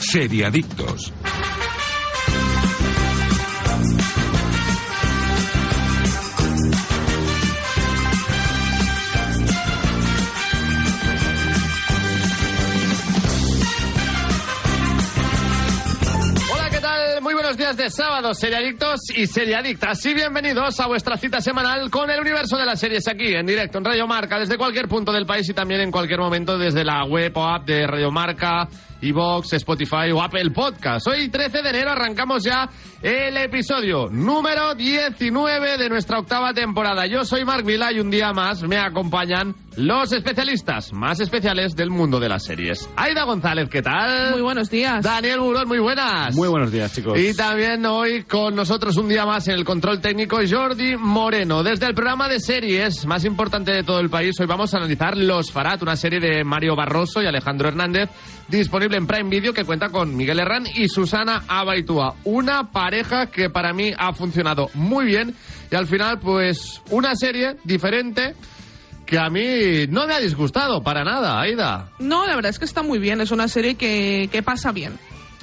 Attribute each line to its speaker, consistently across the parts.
Speaker 1: Seriadictos.
Speaker 2: Hola, ¿qué tal? Muy buenos días de sábado, seriadictos y seriadictas. Y bienvenidos a vuestra cita semanal con el universo de las series aquí, en directo, en Radio Marca, desde cualquier punto del país y también en cualquier momento desde la web o app de Radio Marca, Evox, Spotify o Apple Podcast. Hoy, 13 de enero, arrancamos ya el episodio número 19 de nuestra octava temporada. Yo soy Marc Vila y un día más me acompañan los especialistas más especiales del mundo de las series. Aida González, ¿qué tal?
Speaker 3: Muy buenos días.
Speaker 2: Daniel Burón, muy buenas.
Speaker 4: Muy buenos días, chicos.
Speaker 2: Y también hoy con nosotros un día más en el control técnico Jordi Moreno. Desde el programa de series más importante de todo el país, hoy vamos a analizar Los Farat, una serie de Mario Barroso y Alejandro Hernández, disponible en Prime Video que cuenta con Miguel Herrán y Susana Abaitúa. Una pareja que para mí ha funcionado muy bien y al final pues una serie diferente que a mí no me ha disgustado para nada, Aida.
Speaker 3: No, la verdad es que está muy bien. Es una serie que, que pasa bien.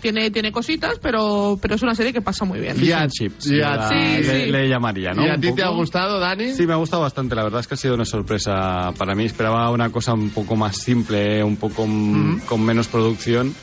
Speaker 3: Tiene, tiene cositas, pero, pero es una serie que pasa muy bien.
Speaker 2: Y a-
Speaker 4: and chips,
Speaker 2: y
Speaker 4: que
Speaker 2: a-
Speaker 4: la-
Speaker 3: Sí,
Speaker 4: le,
Speaker 3: sí.
Speaker 4: le llamaría, ¿no?
Speaker 2: ¿Y a
Speaker 4: Un
Speaker 2: ti te
Speaker 4: poco.
Speaker 2: ha gustado, Dani?
Speaker 4: Sí, me ha gustado bastante. La verdad es que ha sido una sorpresa para mí. Esperaba una cosa un poco más simple, un poco mm, con menos producción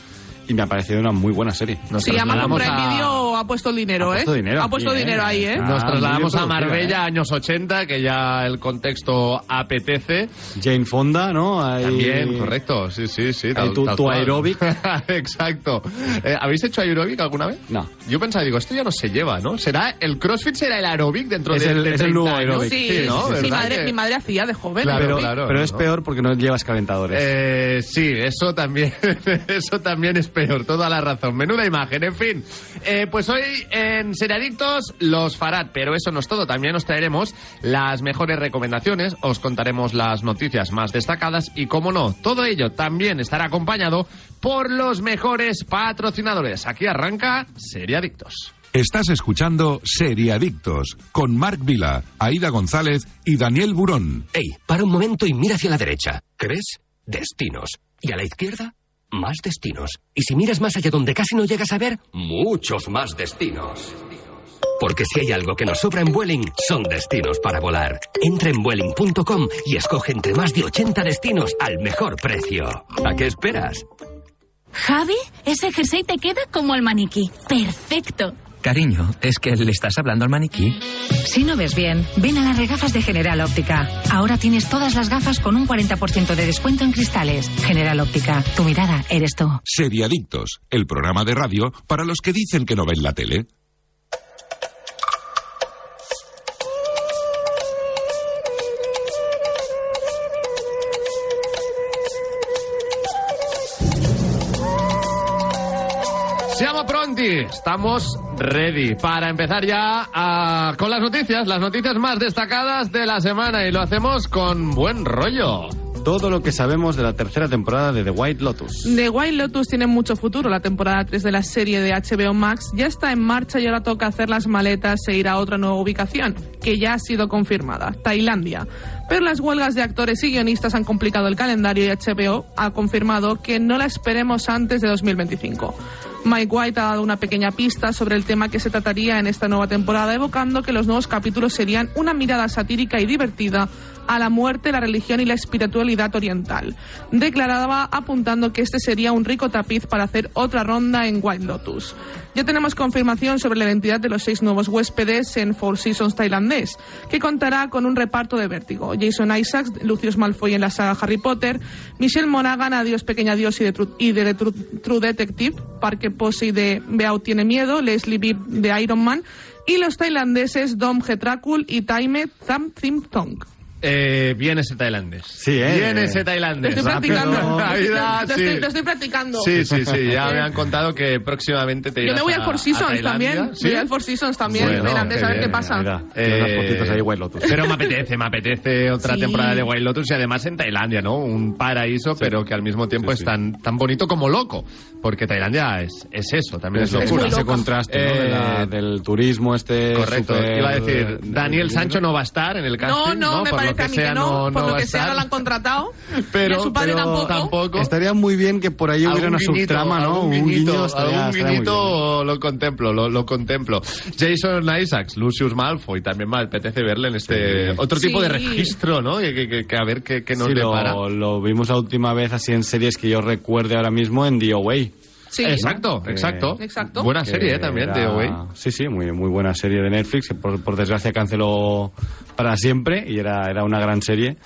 Speaker 4: y me ha parecido una muy buena serie.
Speaker 2: Nos
Speaker 3: Sí, además con
Speaker 2: trasladamos
Speaker 3: Prime
Speaker 2: a-
Speaker 3: Video ha puesto el dinero,
Speaker 4: Ha
Speaker 3: ¿eh?
Speaker 4: puesto dinero
Speaker 3: ha puesto
Speaker 4: aquí, ¿eh?
Speaker 3: dinero ahí, ¿eh?
Speaker 4: Ah,
Speaker 2: Nos trasladamos
Speaker 4: muy
Speaker 2: a
Speaker 4: bien ¿eh?
Speaker 2: Marbella,
Speaker 4: producida,
Speaker 2: años 80, que ya el contexto apetece.
Speaker 4: Jane Fonda, ¿no? Ahí-
Speaker 2: También, correcto, sí, sí, sí. tal-
Speaker 4: tu-
Speaker 2: tal
Speaker 4: tu
Speaker 2: cual.
Speaker 4: aeróbic.
Speaker 2: Exacto. Eh, ¿Habéis hecho aeróbic alguna vez?
Speaker 4: No.
Speaker 2: Yo pensaba, digo, esto ya no se lleva, ¿no? ¿Será el CrossFit será el aeróbic dentro
Speaker 4: Es
Speaker 2: de,
Speaker 4: el-
Speaker 2: de
Speaker 4: es el
Speaker 2: 30
Speaker 4: nuevo
Speaker 2: años?
Speaker 4: aeróbic.
Speaker 3: Sí,
Speaker 2: Sí,
Speaker 3: sí,
Speaker 2: ¿no?
Speaker 3: sí, sí. Mi,
Speaker 2: ¿Verdad
Speaker 3: madre,
Speaker 2: que-
Speaker 3: mi madre hacía de joven.
Speaker 2: Claro,
Speaker 4: Pero,
Speaker 3: aeróbic.
Speaker 2: claro,
Speaker 4: pero es
Speaker 2: ¿no?
Speaker 4: peor porque no llevas calentadores.
Speaker 2: Eh, sí, eso también, eso también es peor, toda la razón. Menuda imagen, en fin. Eh, pues hoy en Seriadictos los Farad, pero eso no es todo. También os traeremos las mejores recomendaciones, os contaremos las noticias más destacadas y, como no, todo ello también estará acompañado por los mejores patrocinadores. Aquí arranca Seriadictos.
Speaker 1: Estás escuchando Seriadictos con Marc Vila, Aida González y Daniel Burón.
Speaker 5: Ey, para un momento y mira hacia la derecha. ¿Qué ves? Destinos. Y a la izquierda, más destinos. Y si miras más allá donde casi no llegas a ver, muchos más destinos. Porque si hay algo que nos sobra en Vueling, son destinos para volar. Entra en Vueling.com y escoge entre más de 80 destinos al mejor precio. ¿A qué esperas?
Speaker 6: Javi, ese jersey te queda como el maniquí. Perfecto.
Speaker 7: Cariño, ¿es que le estás hablando al maniquí?
Speaker 8: Si no ves bien, ven a las regafas de General Óptica. Ahora tienes todas las gafas con un 40% de descuento en cristales. General Óptica, tu mirada eres tú.
Speaker 1: Seriadictos, el programa de radio para los que dicen que no ven la tele.
Speaker 2: Siamo pronti, estamos ready para empezar ya a- con las noticias, las noticias más destacadas de la semana y lo hacemos con buen rollo.
Speaker 4: Todo lo que sabemos de la tercera temporada de The White Lotus.
Speaker 3: The Wild Lotus tiene mucho futuro. La temporada 3 de la serie de HBO Max ya está en marcha y ahora toca hacer las maletas e ir a otra nueva ubicación, que ya ha sido confirmada, Tailandia. Pero las huelgas de actores y guionistas han complicado el calendario y HBO ha confirmado que no la esperemos antes de 2025. Mike White ha dado una pequeña pista sobre el tema que se trataría en esta nueva temporada, evocando que los nuevos capítulos serían una mirada satírica y divertida a la muerte, la religión y la espiritualidad oriental. Declaraba apuntando que este sería un rico tapiz para hacer otra ronda en White Lotus. Ya tenemos confirmación sobre la identidad de los seis nuevos huéspedes en Four Seasons tailandés, que contará con un reparto de vértigo. Jason Isaacs, Lucius Malfoy en la saga Harry Potter, Michelle Monaghan, Adiós Pequeña Dios y de, Tru- y de The Tru- True Detective, Parque Posey de Beaut Tiene Miedo, Leslie Bibb de Iron Man y los tailandeses Dom Getrakul y Taime Tham Thim Thong.
Speaker 2: Eh, bien ese tailandés.
Speaker 4: Sí, eh.
Speaker 2: Bien ese
Speaker 3: Lo
Speaker 2: tailandés.
Speaker 3: estoy practicando.
Speaker 2: La vida,
Speaker 3: Lo
Speaker 2: sí.
Speaker 3: estoy, lo estoy practicando.
Speaker 2: Sí, sí, sí, ya me han contado que próximamente te
Speaker 3: Yo
Speaker 2: irás
Speaker 3: me voy
Speaker 2: a-
Speaker 3: al Four
Speaker 2: a
Speaker 3: Seasons
Speaker 2: Tailandia.
Speaker 3: también.
Speaker 2: ¿Sí?
Speaker 3: Me voy al Four Seasons también.
Speaker 2: Bueno,
Speaker 3: tailandés,
Speaker 2: qué
Speaker 3: a ver
Speaker 2: bien,
Speaker 3: qué pasa.
Speaker 4: Mira,
Speaker 2: Eh,
Speaker 4: tiene unas fotitos ahí White Lotus.
Speaker 2: Pero me apetece, me apetece otra
Speaker 3: Sí.
Speaker 2: temporada de Wild Lotus y además en Tailandia, ¿no? Un paraíso, pero que al mismo tiempo
Speaker 4: Sí,
Speaker 2: es
Speaker 4: sí.
Speaker 2: tan, tan bonito como loco. Porque Tailandia es, es eso, también es,
Speaker 4: Es
Speaker 2: locura.
Speaker 4: ese contraste ¿no? de la-
Speaker 2: Eh,
Speaker 4: del turismo este.
Speaker 2: Correcto,
Speaker 4: súper-
Speaker 2: iba a decir, Daniel Sancho no va a estar en el casting.
Speaker 3: No, no, me
Speaker 2: Por lo
Speaker 3: dice a mí que no, por
Speaker 2: no
Speaker 3: lo
Speaker 2: va a
Speaker 3: que sea
Speaker 2: estar.
Speaker 3: no la han contratado.
Speaker 2: Pero,
Speaker 3: y a su padre
Speaker 2: pero
Speaker 3: tampoco.
Speaker 4: Estaría muy bien que por ahí hubiera
Speaker 2: Algún
Speaker 4: una
Speaker 2: guiñito,
Speaker 4: subtrama, ¿no?
Speaker 2: algún
Speaker 4: Un
Speaker 2: guiñito,
Speaker 4: guiño estaría-
Speaker 2: algún
Speaker 4: estaría muy bien.
Speaker 2: guiñito lo contemplo, lo, lo contemplo. Jason Isaacs, Lucius Malfoy, también me apetece verle en este otro
Speaker 3: Sí.
Speaker 2: tipo de registro, ¿no? Que, que- que- que a ver qué, qué nos
Speaker 4: Sí,
Speaker 2: depara.
Speaker 4: lo, lo vimos la última vez así en series que yo recuerde ahora mismo en DOA.
Speaker 3: Sí.
Speaker 2: Exacto,
Speaker 4: Eh,
Speaker 2: exacto.
Speaker 3: Exacto.
Speaker 2: Buena
Speaker 4: que
Speaker 2: serie eh, también,
Speaker 4: era-
Speaker 2: de güey.
Speaker 4: Sí, sí, muy, muy buena serie de Netflix, que por, por desgracia canceló para siempre y era, era una gran serie.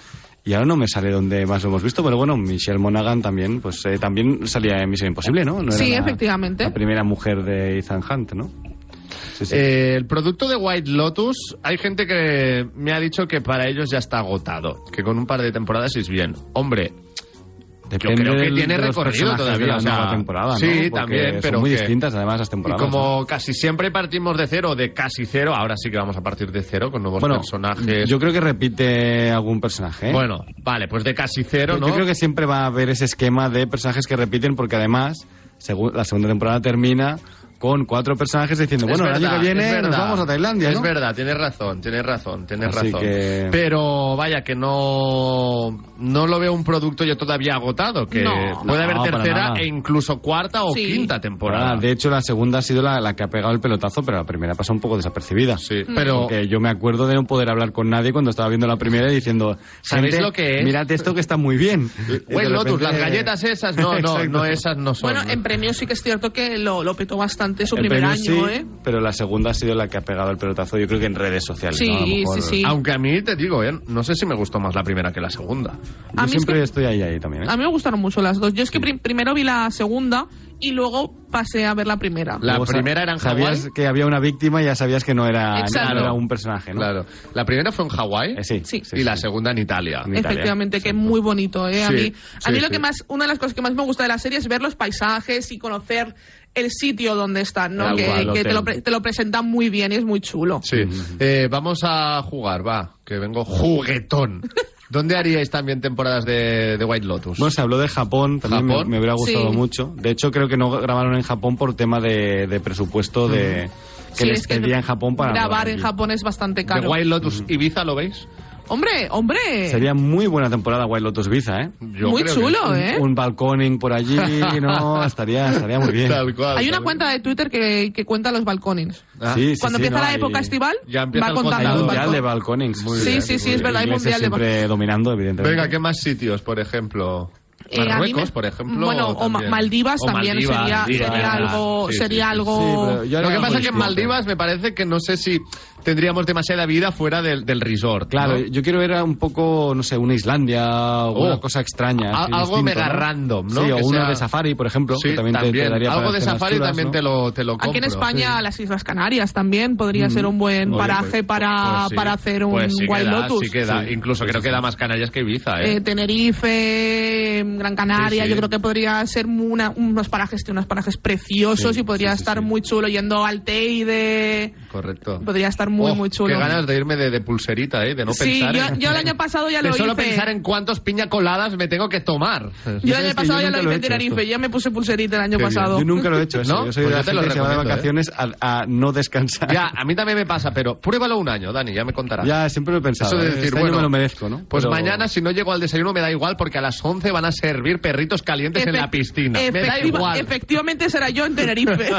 Speaker 4: Y ahora no me sale donde más lo hemos visto, pero bueno, Michelle Monaghan también, pues eh, también salía en Misión Imposible, ¿no? No era
Speaker 3: Sí,
Speaker 4: la-
Speaker 3: efectivamente.
Speaker 4: La primera mujer de Ethan Hunt, ¿no? Sí, sí.
Speaker 2: Eh, el producto de White Lotus, hay gente que me ha dicho que para ellos ya está agotado, que con un par de temporadas es bien. Hombre, yo
Speaker 4: Depende
Speaker 2: creo que
Speaker 4: del-
Speaker 2: tiene
Speaker 4: de los
Speaker 2: recorrido
Speaker 4: personajes
Speaker 2: todavía.
Speaker 4: de la
Speaker 2: o sea,
Speaker 4: nueva temporada, ¿no?
Speaker 2: sí,
Speaker 4: Porque
Speaker 2: también,
Speaker 4: son
Speaker 2: pero
Speaker 4: muy
Speaker 2: que-
Speaker 4: distintas además las
Speaker 2: Y
Speaker 4: temporadas. ¿no?
Speaker 2: como casi siempre partimos de cero, de casi cero, ahora sí que vamos a partir de cero con nuevos
Speaker 4: bueno,
Speaker 2: personajes.
Speaker 4: Yo creo que repite algún personaje. ¿eh?
Speaker 2: Bueno, vale, pues de casi cero,
Speaker 4: Yo-
Speaker 2: ¿no?
Speaker 4: Yo creo que siempre va a haber ese esquema de personajes que repiten, porque además segu- la segunda temporada termina con cuatro personajes diciendo,
Speaker 2: Es
Speaker 4: bueno, el año
Speaker 2: verdad,
Speaker 4: que
Speaker 2: es
Speaker 4: viene nos
Speaker 2: verdad.
Speaker 4: vamos a Tailandia,
Speaker 2: Es
Speaker 4: ¿no?
Speaker 2: verdad, tienes razón, tienes razón, tienes
Speaker 4: Así
Speaker 2: razón.
Speaker 4: que-
Speaker 2: Pero vaya que no no lo veo un producto yo todavía agotado, que
Speaker 3: No.
Speaker 2: puede
Speaker 4: No,
Speaker 2: haber
Speaker 4: para
Speaker 2: tercera
Speaker 4: nada.
Speaker 2: e incluso cuarta o
Speaker 3: Sí.
Speaker 2: quinta temporada.
Speaker 4: Ah, de hecho, la segunda ha sido la, la que ha pegado el pelotazo, pero la primera pasó un poco desapercibida.
Speaker 2: Sí,
Speaker 3: Mm.
Speaker 2: pero
Speaker 4: Porque yo me acuerdo de no poder hablar con nadie cuando estaba viendo la primera y diciendo,
Speaker 2: ¿Sabéis
Speaker 4: "Gente,
Speaker 2: lo que es?"
Speaker 4: Mirad esto que está muy bien. Y
Speaker 2: Güey,
Speaker 4: de
Speaker 2: Lotus,
Speaker 4: repente-
Speaker 2: las galletas esas, no, no,
Speaker 4: Exacto.
Speaker 2: no, esas no son.
Speaker 3: Bueno, en premios sí que es cierto que lo, lo petó bastante su
Speaker 4: El
Speaker 3: primer año,
Speaker 4: premio sí,
Speaker 3: ¿eh?
Speaker 4: Pero la segunda ha sido la que ha pegado el pelotazo, yo creo que en redes sociales.
Speaker 3: Sí,
Speaker 4: ¿no? A lo
Speaker 3: sí,
Speaker 4: mejor- Ah,
Speaker 3: sí.
Speaker 2: Aunque a mí te digo, eh, no sé si me gustó más la primera que la segunda.
Speaker 4: Yo
Speaker 3: A mí es
Speaker 4: siempre
Speaker 3: que-
Speaker 4: estoy ahí, ahí también. ¿eh?
Speaker 3: A mí me gustaron mucho las dos. Yo es que pri- primero vi la segunda y luego pasé a ver la primera.
Speaker 2: La
Speaker 4: Luego sa-
Speaker 2: primera era en
Speaker 4: Sabías
Speaker 2: Hawái.
Speaker 4: que había una víctima y ya sabías que no era,
Speaker 3: Exacto.
Speaker 4: no era un personaje, ¿no?
Speaker 2: Claro. La primera fue en Hawái
Speaker 4: Eh, sí,
Speaker 3: Sí.
Speaker 4: sí,
Speaker 2: y la
Speaker 4: sí.
Speaker 2: segunda en Italia.
Speaker 4: en Italia.
Speaker 3: Efectivamente, que es muy bonito, ¿eh? A
Speaker 2: Sí,
Speaker 3: mí, a
Speaker 2: sí,
Speaker 3: mí lo
Speaker 2: sí.
Speaker 3: que más, una de las cosas que más me gusta de la serie es ver los paisajes y conocer el sitio donde están, ¿no?
Speaker 2: Tal
Speaker 3: que
Speaker 2: cual,
Speaker 3: que
Speaker 2: hotel.
Speaker 3: te, lo pre- te lo presentan muy bien y es muy chulo.
Speaker 2: Sí. Eh, vamos a jugar, va, que vengo juguetón. ¿Dónde haríais también temporadas de, de White Lotus?
Speaker 4: Bueno, se habló de Japón, también me-
Speaker 2: Japón.
Speaker 4: Me, hubiera gustado
Speaker 3: Sí.
Speaker 4: mucho. De hecho, creo que no grabaron en Japón por tema de, de presupuesto de que
Speaker 3: Mm. Sí,
Speaker 4: les
Speaker 3: es que
Speaker 4: pedía en Japón para Mm.
Speaker 3: grabar en
Speaker 4: aquí.
Speaker 3: Japón es bastante
Speaker 2: de
Speaker 3: caro.
Speaker 2: White Lotus Ibiza, ¿lo veis?
Speaker 3: Hombre, hombre.
Speaker 4: Sería muy buena temporada Wild Lotus Ibiza, ¿eh?
Speaker 2: Yo
Speaker 3: muy
Speaker 2: creo que-
Speaker 3: chulo, ¿eh?
Speaker 4: Un balconing por allí, ¿no? Estaría, estaría muy bien.
Speaker 2: Tal cual,
Speaker 3: Hay
Speaker 2: tal
Speaker 3: una
Speaker 2: cual.
Speaker 3: cuenta de Twitter que, que cuenta los balconings.
Speaker 2: Ah.
Speaker 4: Sí, sí,
Speaker 3: Cuando
Speaker 4: sí,
Speaker 3: empieza
Speaker 4: no,
Speaker 3: la
Speaker 4: hay-
Speaker 3: época estival,
Speaker 2: Ya
Speaker 3: va
Speaker 2: empiezan los
Speaker 4: Hay
Speaker 3: contando
Speaker 2: contados.
Speaker 3: los
Speaker 4: mundial de
Speaker 3: balcones.
Speaker 4: balconings.
Speaker 2: Muy
Speaker 3: Sí,
Speaker 2: bien,
Speaker 3: sí, sí,
Speaker 2: muy
Speaker 3: es
Speaker 2: bien.
Speaker 3: verdad, hay
Speaker 4: Ingleses
Speaker 3: mundial de
Speaker 4: siempre dominando, evidentemente.
Speaker 2: Venga, ¿qué más sitios, por ejemplo?
Speaker 3: Eh, a mí
Speaker 2: Marruecos,
Speaker 3: me-
Speaker 2: por ejemplo.
Speaker 3: Bueno, o Ma-
Speaker 2: también.
Speaker 3: Maldivas
Speaker 2: O
Speaker 3: también
Speaker 2: Maldivas,
Speaker 3: sería,
Speaker 2: Maldivas,
Speaker 3: sería
Speaker 2: ¿verdad?
Speaker 3: algo.
Speaker 2: Sí, sí,
Speaker 3: sería
Speaker 2: sí.
Speaker 4: Sí,
Speaker 3: algo.
Speaker 4: pero yo ahora
Speaker 2: Lo que
Speaker 4: era
Speaker 2: pasa
Speaker 4: muy
Speaker 2: es que en
Speaker 4: distinto.
Speaker 2: Maldivas me parece que no sé si tendríamos demasiada vida fuera del, del resort.
Speaker 4: Claro,
Speaker 2: ¿no?
Speaker 4: yo quiero ver a un poco, no sé, una Islandia o
Speaker 2: Oh.
Speaker 4: una cosa extraña.
Speaker 2: A-
Speaker 4: así
Speaker 2: algo
Speaker 4: distinto,
Speaker 2: mega
Speaker 4: ¿no?
Speaker 2: random, ¿no?
Speaker 4: Sí, o
Speaker 2: Que
Speaker 4: una
Speaker 2: sea-
Speaker 4: de safari, por ejemplo, que
Speaker 2: Sí,
Speaker 4: también, te- Te, daría
Speaker 2: algo
Speaker 4: para
Speaker 2: de
Speaker 4: hacer
Speaker 2: Safari
Speaker 4: las chulas,
Speaker 2: también
Speaker 4: ¿no?
Speaker 2: te lo te lo compro.
Speaker 3: Aquí en España, las Islas Canarias también podría ser un buen
Speaker 2: Oye,
Speaker 3: paraje
Speaker 2: pues-
Speaker 3: para,
Speaker 2: pues sí.
Speaker 3: para hacer un
Speaker 2: Pues sí que
Speaker 3: Wild
Speaker 2: da,
Speaker 3: Lotus.
Speaker 2: sí que da.
Speaker 4: Sí.
Speaker 2: Incluso creo que da más canallas que Ibiza, ¿eh?
Speaker 3: Eh, Tenerife, Gran Canaria,
Speaker 2: Sí, sí.
Speaker 3: yo creo que podría ser una- unos parajes, tiene unos parajes preciosos y podría estar muy chulo yendo al Teide.
Speaker 2: Correcto.
Speaker 3: Podría estar muy,
Speaker 2: Oh,
Speaker 3: muy chulo.
Speaker 2: Qué ganas de irme de, de pulserita, ¿eh? De no
Speaker 3: sí,
Speaker 2: pensar.
Speaker 3: yo,
Speaker 2: en-
Speaker 3: yo el año pasado ya
Speaker 2: de
Speaker 3: lo
Speaker 2: solo
Speaker 3: hice.
Speaker 2: pensar en cuántos piña coladas me tengo que tomar.
Speaker 3: Yo el
Speaker 4: Sabes
Speaker 3: año
Speaker 4: que
Speaker 3: pasado
Speaker 4: yo
Speaker 3: ya
Speaker 4: nunca
Speaker 3: lo hice en
Speaker 4: lo he hecho
Speaker 3: Tenerife,
Speaker 4: esto.
Speaker 3: ya me puse pulserita el año
Speaker 2: Qué bien.
Speaker 3: pasado.
Speaker 4: Yo nunca lo he hecho eso.
Speaker 2: ¿No?
Speaker 4: Yo soy
Speaker 2: Pues
Speaker 4: de
Speaker 2: yo
Speaker 4: la
Speaker 2: te lo
Speaker 4: gente que se va de
Speaker 2: recomiendo, ¿eh?
Speaker 4: vacaciones a, a no descansar.
Speaker 2: Ya, a mí también me pasa, pero pruébalo un año, Dani, ya me contarás.
Speaker 4: Ya, siempre lo he pensado.
Speaker 2: Eso de
Speaker 4: ¿eh?
Speaker 2: decir,
Speaker 4: Este año
Speaker 2: bueno,
Speaker 4: me lo merezco, ¿no?
Speaker 2: Pues
Speaker 4: Pero-
Speaker 2: mañana, si no llego al desayuno, me da igual, porque a las 11 van a servir perritos calientes en
Speaker 3: Efe-
Speaker 2: la piscina. Me da
Speaker 3: efectiva-
Speaker 2: igual.
Speaker 3: Efectivamente será yo en Tenerife.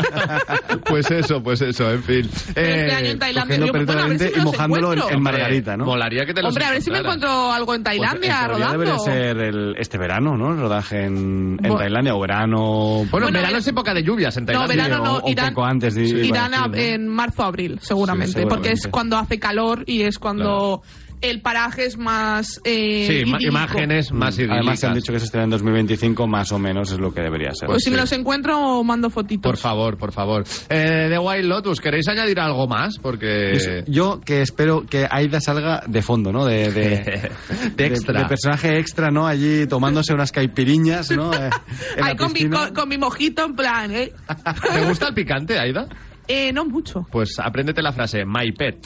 Speaker 2: pues eso, pues eso, en fin.
Speaker 3: Pero este
Speaker 2: Eh,
Speaker 3: año en Tailandia.
Speaker 4: cogiendo
Speaker 3: digo, bueno, a ver si
Speaker 4: perfectamente
Speaker 3: me
Speaker 4: y
Speaker 3: los
Speaker 4: mojándolo en,
Speaker 3: encuentro.
Speaker 4: en
Speaker 2: hombre,
Speaker 4: Margarita, ¿no?
Speaker 2: Molaría que te Pues los
Speaker 3: Hombre, a ver si me
Speaker 2: encontraras.
Speaker 3: encuentro algo en Tailandia,
Speaker 4: En teoría
Speaker 3: rodando.
Speaker 4: debería ser el- este verano, ¿no? El rodaje en, en
Speaker 3: Bu-
Speaker 4: Tailandia o verano...
Speaker 2: Bueno, en
Speaker 3: Bueno,
Speaker 2: verano
Speaker 3: verano-
Speaker 2: es época de lluvias en
Speaker 3: No,
Speaker 2: Tailandia.
Speaker 3: verano
Speaker 4: o-
Speaker 3: no,
Speaker 4: o
Speaker 3: irán,
Speaker 4: poco antes de- de
Speaker 3: irán a-
Speaker 4: partir, ¿no?
Speaker 3: en marzo abril, seguramente,
Speaker 4: Sí,
Speaker 3: porque es
Speaker 4: seguramente.
Speaker 3: cuando hace calor y es cuando el paraje es más eh,
Speaker 2: Sí, ima-
Speaker 3: idílico.
Speaker 2: imágenes más idílicas.
Speaker 4: Mm, Además, se han dicho que se estrena en 2025, más o menos es lo que debería ser.
Speaker 3: Pues, si me los encuentro, mando fotitos.
Speaker 2: Por favor, por favor. Eh, de Wild Lotus, ¿queréis añadir algo más? Porque...
Speaker 4: Pues Yo que espero que Aida salga de fondo, ¿no? De, de,
Speaker 2: De extra.
Speaker 4: De, personaje extra, ¿no? Allí tomándose unas caipiriñas, ¿no? Eh, en la
Speaker 3: Ahí con, mi,
Speaker 4: piscina.
Speaker 3: con- con mi mojito en plan, ¿eh?
Speaker 2: ¿Te gusta el picante, Aida?
Speaker 3: Eh, no mucho.
Speaker 2: Pues apréndete la frase, my pet.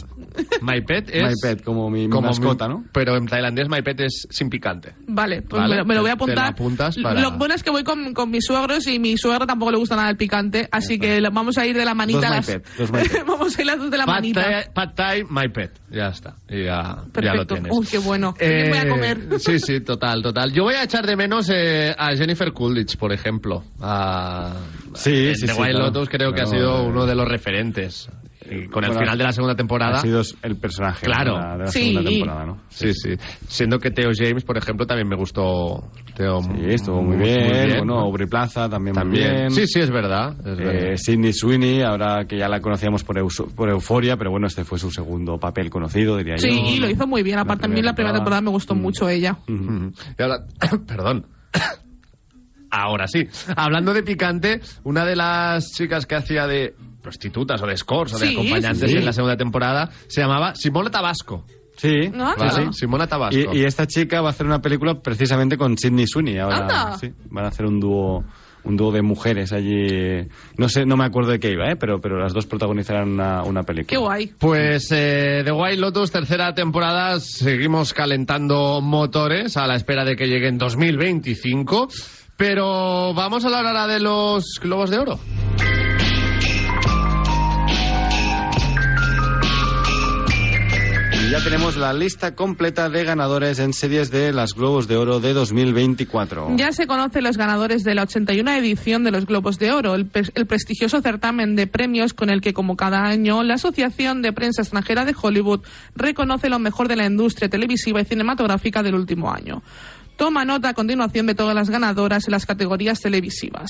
Speaker 2: My pet es...
Speaker 4: My pet, como mi, mi mascota, ¿no?
Speaker 2: Pero en tailandés my pet es sin picante.
Speaker 3: Vale, pues
Speaker 2: Vale,
Speaker 3: me, lo, me lo voy a
Speaker 2: te- te lo
Speaker 3: apuntar.
Speaker 2: apuntas para-
Speaker 3: Lo bueno es que voy con, con mis suegros y mi suegra tampoco le gusta nada el picante, así que lo- vamos a ir de la manita
Speaker 4: Dos
Speaker 3: a
Speaker 4: my
Speaker 3: las...
Speaker 4: pet, dos my pet.
Speaker 3: vamos a ir las dos de la
Speaker 2: Pad
Speaker 3: manita.
Speaker 2: thai, pad thai, my pet. ya está. Y ya, ya lo
Speaker 3: Perfecto.
Speaker 2: tienes. Eh,
Speaker 3: Uy, qué bueno. Qué bien voy a comer.
Speaker 2: Sí, sí, total, total. Yo voy a echar de menos eh, a Jennifer Coolidge, por ejemplo. A,
Speaker 4: Sí,
Speaker 2: en
Speaker 4: sí,
Speaker 2: The
Speaker 4: sí,
Speaker 2: Wild
Speaker 4: claro.
Speaker 2: Lotus creo que ha
Speaker 4: Claro,
Speaker 2: sido
Speaker 4: eh,
Speaker 2: uno de los referentes. Y con el
Speaker 4: bueno,
Speaker 2: final de la segunda temporada.
Speaker 4: Ha sido el personaje
Speaker 2: Claro.
Speaker 4: de la, de la
Speaker 3: Sí.
Speaker 4: segunda temporada, ¿no?
Speaker 2: Sí, sí. Siendo que Theo James, por ejemplo, también me gustó. Theo
Speaker 4: Sí, estuvo muy bien. bueno,
Speaker 2: ¿no?
Speaker 4: Aubrey Plaza también, muy
Speaker 2: Pues También.
Speaker 4: bien.
Speaker 2: Sí, sí, es verdad. es verdad.
Speaker 4: Eh, Sidney Sweeney, ahora que ya la conocíamos por, Eus- por Euforia, pero bueno, este fue su segundo papel conocido, diría
Speaker 3: Sí,
Speaker 4: yo.
Speaker 3: y lo hizo muy bien. Aparte, a mí la primera temporada me gustó mucho ella.
Speaker 2: Ujú. Y ahora- perdón. Ahora sí. Hablando de picante, una de las chicas que hacía de prostitutas o de scores o de
Speaker 3: Sí,
Speaker 2: acompañantes
Speaker 4: sí.
Speaker 2: en la segunda temporada se llamaba Simona Tabasco.
Speaker 4: Sí,
Speaker 3: No, anda.
Speaker 4: sí, Ah. sí.
Speaker 2: ¿vale? Simona Tabasco.
Speaker 4: Y, y esta chica va a hacer una película precisamente con Sidney Sweeney. Ahora
Speaker 3: Anda.
Speaker 4: sí, van a hacer un dúo un dúo de mujeres allí. No sé, no me acuerdo de qué iba, ¿eh? pero, pero las dos protagonizarán una, una película.
Speaker 3: Qué guay.
Speaker 2: Pues eh, The Wild Lotus, tercera temporada, seguimos calentando motores a la espera de que llegue en 2025. Pero vamos a hablar ahora de los Globos de Oro.
Speaker 4: Y ya tenemos la lista completa de ganadores en series de las Globos de Oro de 2024.
Speaker 3: Ya se conocen los ganadores de la 81 edición de los Globos de Oro, el, pres- el prestigioso certamen de premios con el que, como cada año, la Asociación de Prensa Extranjera de Hollywood reconoce lo mejor de la industria televisiva y cinematográfica del último año. Toma nota a continuación de todas las ganadoras en las categorías televisivas.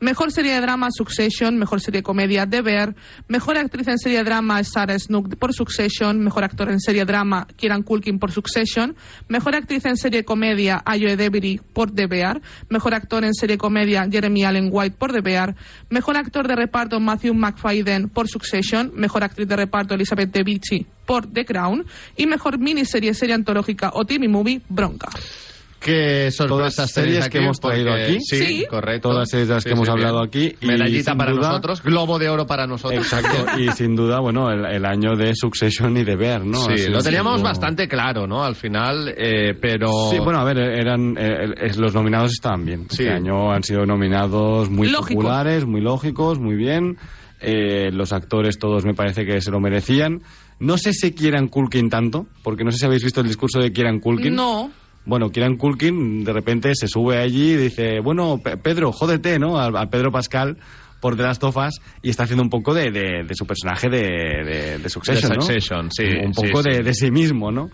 Speaker 3: Mejor serie de drama Succession, mejor serie de comedia The Bear, mejor actriz en serie de drama Sarah Snook por Succession, mejor actor en serie de drama Kieran Culkin por Succession, mejor actriz en serie de comedia Ayoe Debiri por The Bear, mejor actor en serie de comedia Jeremy Allen White por The Bear, mejor actor de reparto Matthew McFadden por Succession, mejor actriz de reparto Elizabeth Debicki por The Crown y mejor miniserie serie antológica o TV movie Bronca.
Speaker 2: Qué sorpresas tenéis
Speaker 4: Todas series que hemos traído
Speaker 2: porque-
Speaker 4: aquí.
Speaker 2: Sí,
Speaker 3: Sí.
Speaker 2: correcto.
Speaker 4: Todas ellas que hemos hablado aquí y
Speaker 2: Medallita
Speaker 4: sin
Speaker 2: para
Speaker 4: duda-
Speaker 2: nosotros, globo de oro para nosotros.
Speaker 4: Exacto, y sin duda, bueno, el, el año de Succession y de Bear, ¿no? Ha
Speaker 2: sí,
Speaker 4: sido
Speaker 2: lo teníamos
Speaker 4: como-
Speaker 2: bastante claro, ¿no? Al final, eh, pero...
Speaker 4: Sí, bueno, a ver, eran eh, el- es- los nominados estaban bien.
Speaker 2: Sí.
Speaker 4: Este año han sido nominados muy
Speaker 3: Lógico.
Speaker 4: populares, muy lógicos, muy bien. Eh, los actores todos me parece que se lo merecían. No sé si Kieran Culkin tanto, porque no sé si habéis visto el discurso de Kieran Culkin.
Speaker 3: No.
Speaker 4: Bueno, Kieran Culkin de repente se sube allí y dice, bueno, Pe- Pedro, jódete, ¿no? A, a Pedro Pascal por de las tofas y está haciendo un poco de, de- de su personaje de, de, de Succession,
Speaker 2: De
Speaker 4: ¿no?
Speaker 2: Succession, sí,
Speaker 4: Un
Speaker 2: sí,
Speaker 4: poco
Speaker 2: sí.
Speaker 4: de, de sí mismo, ¿no?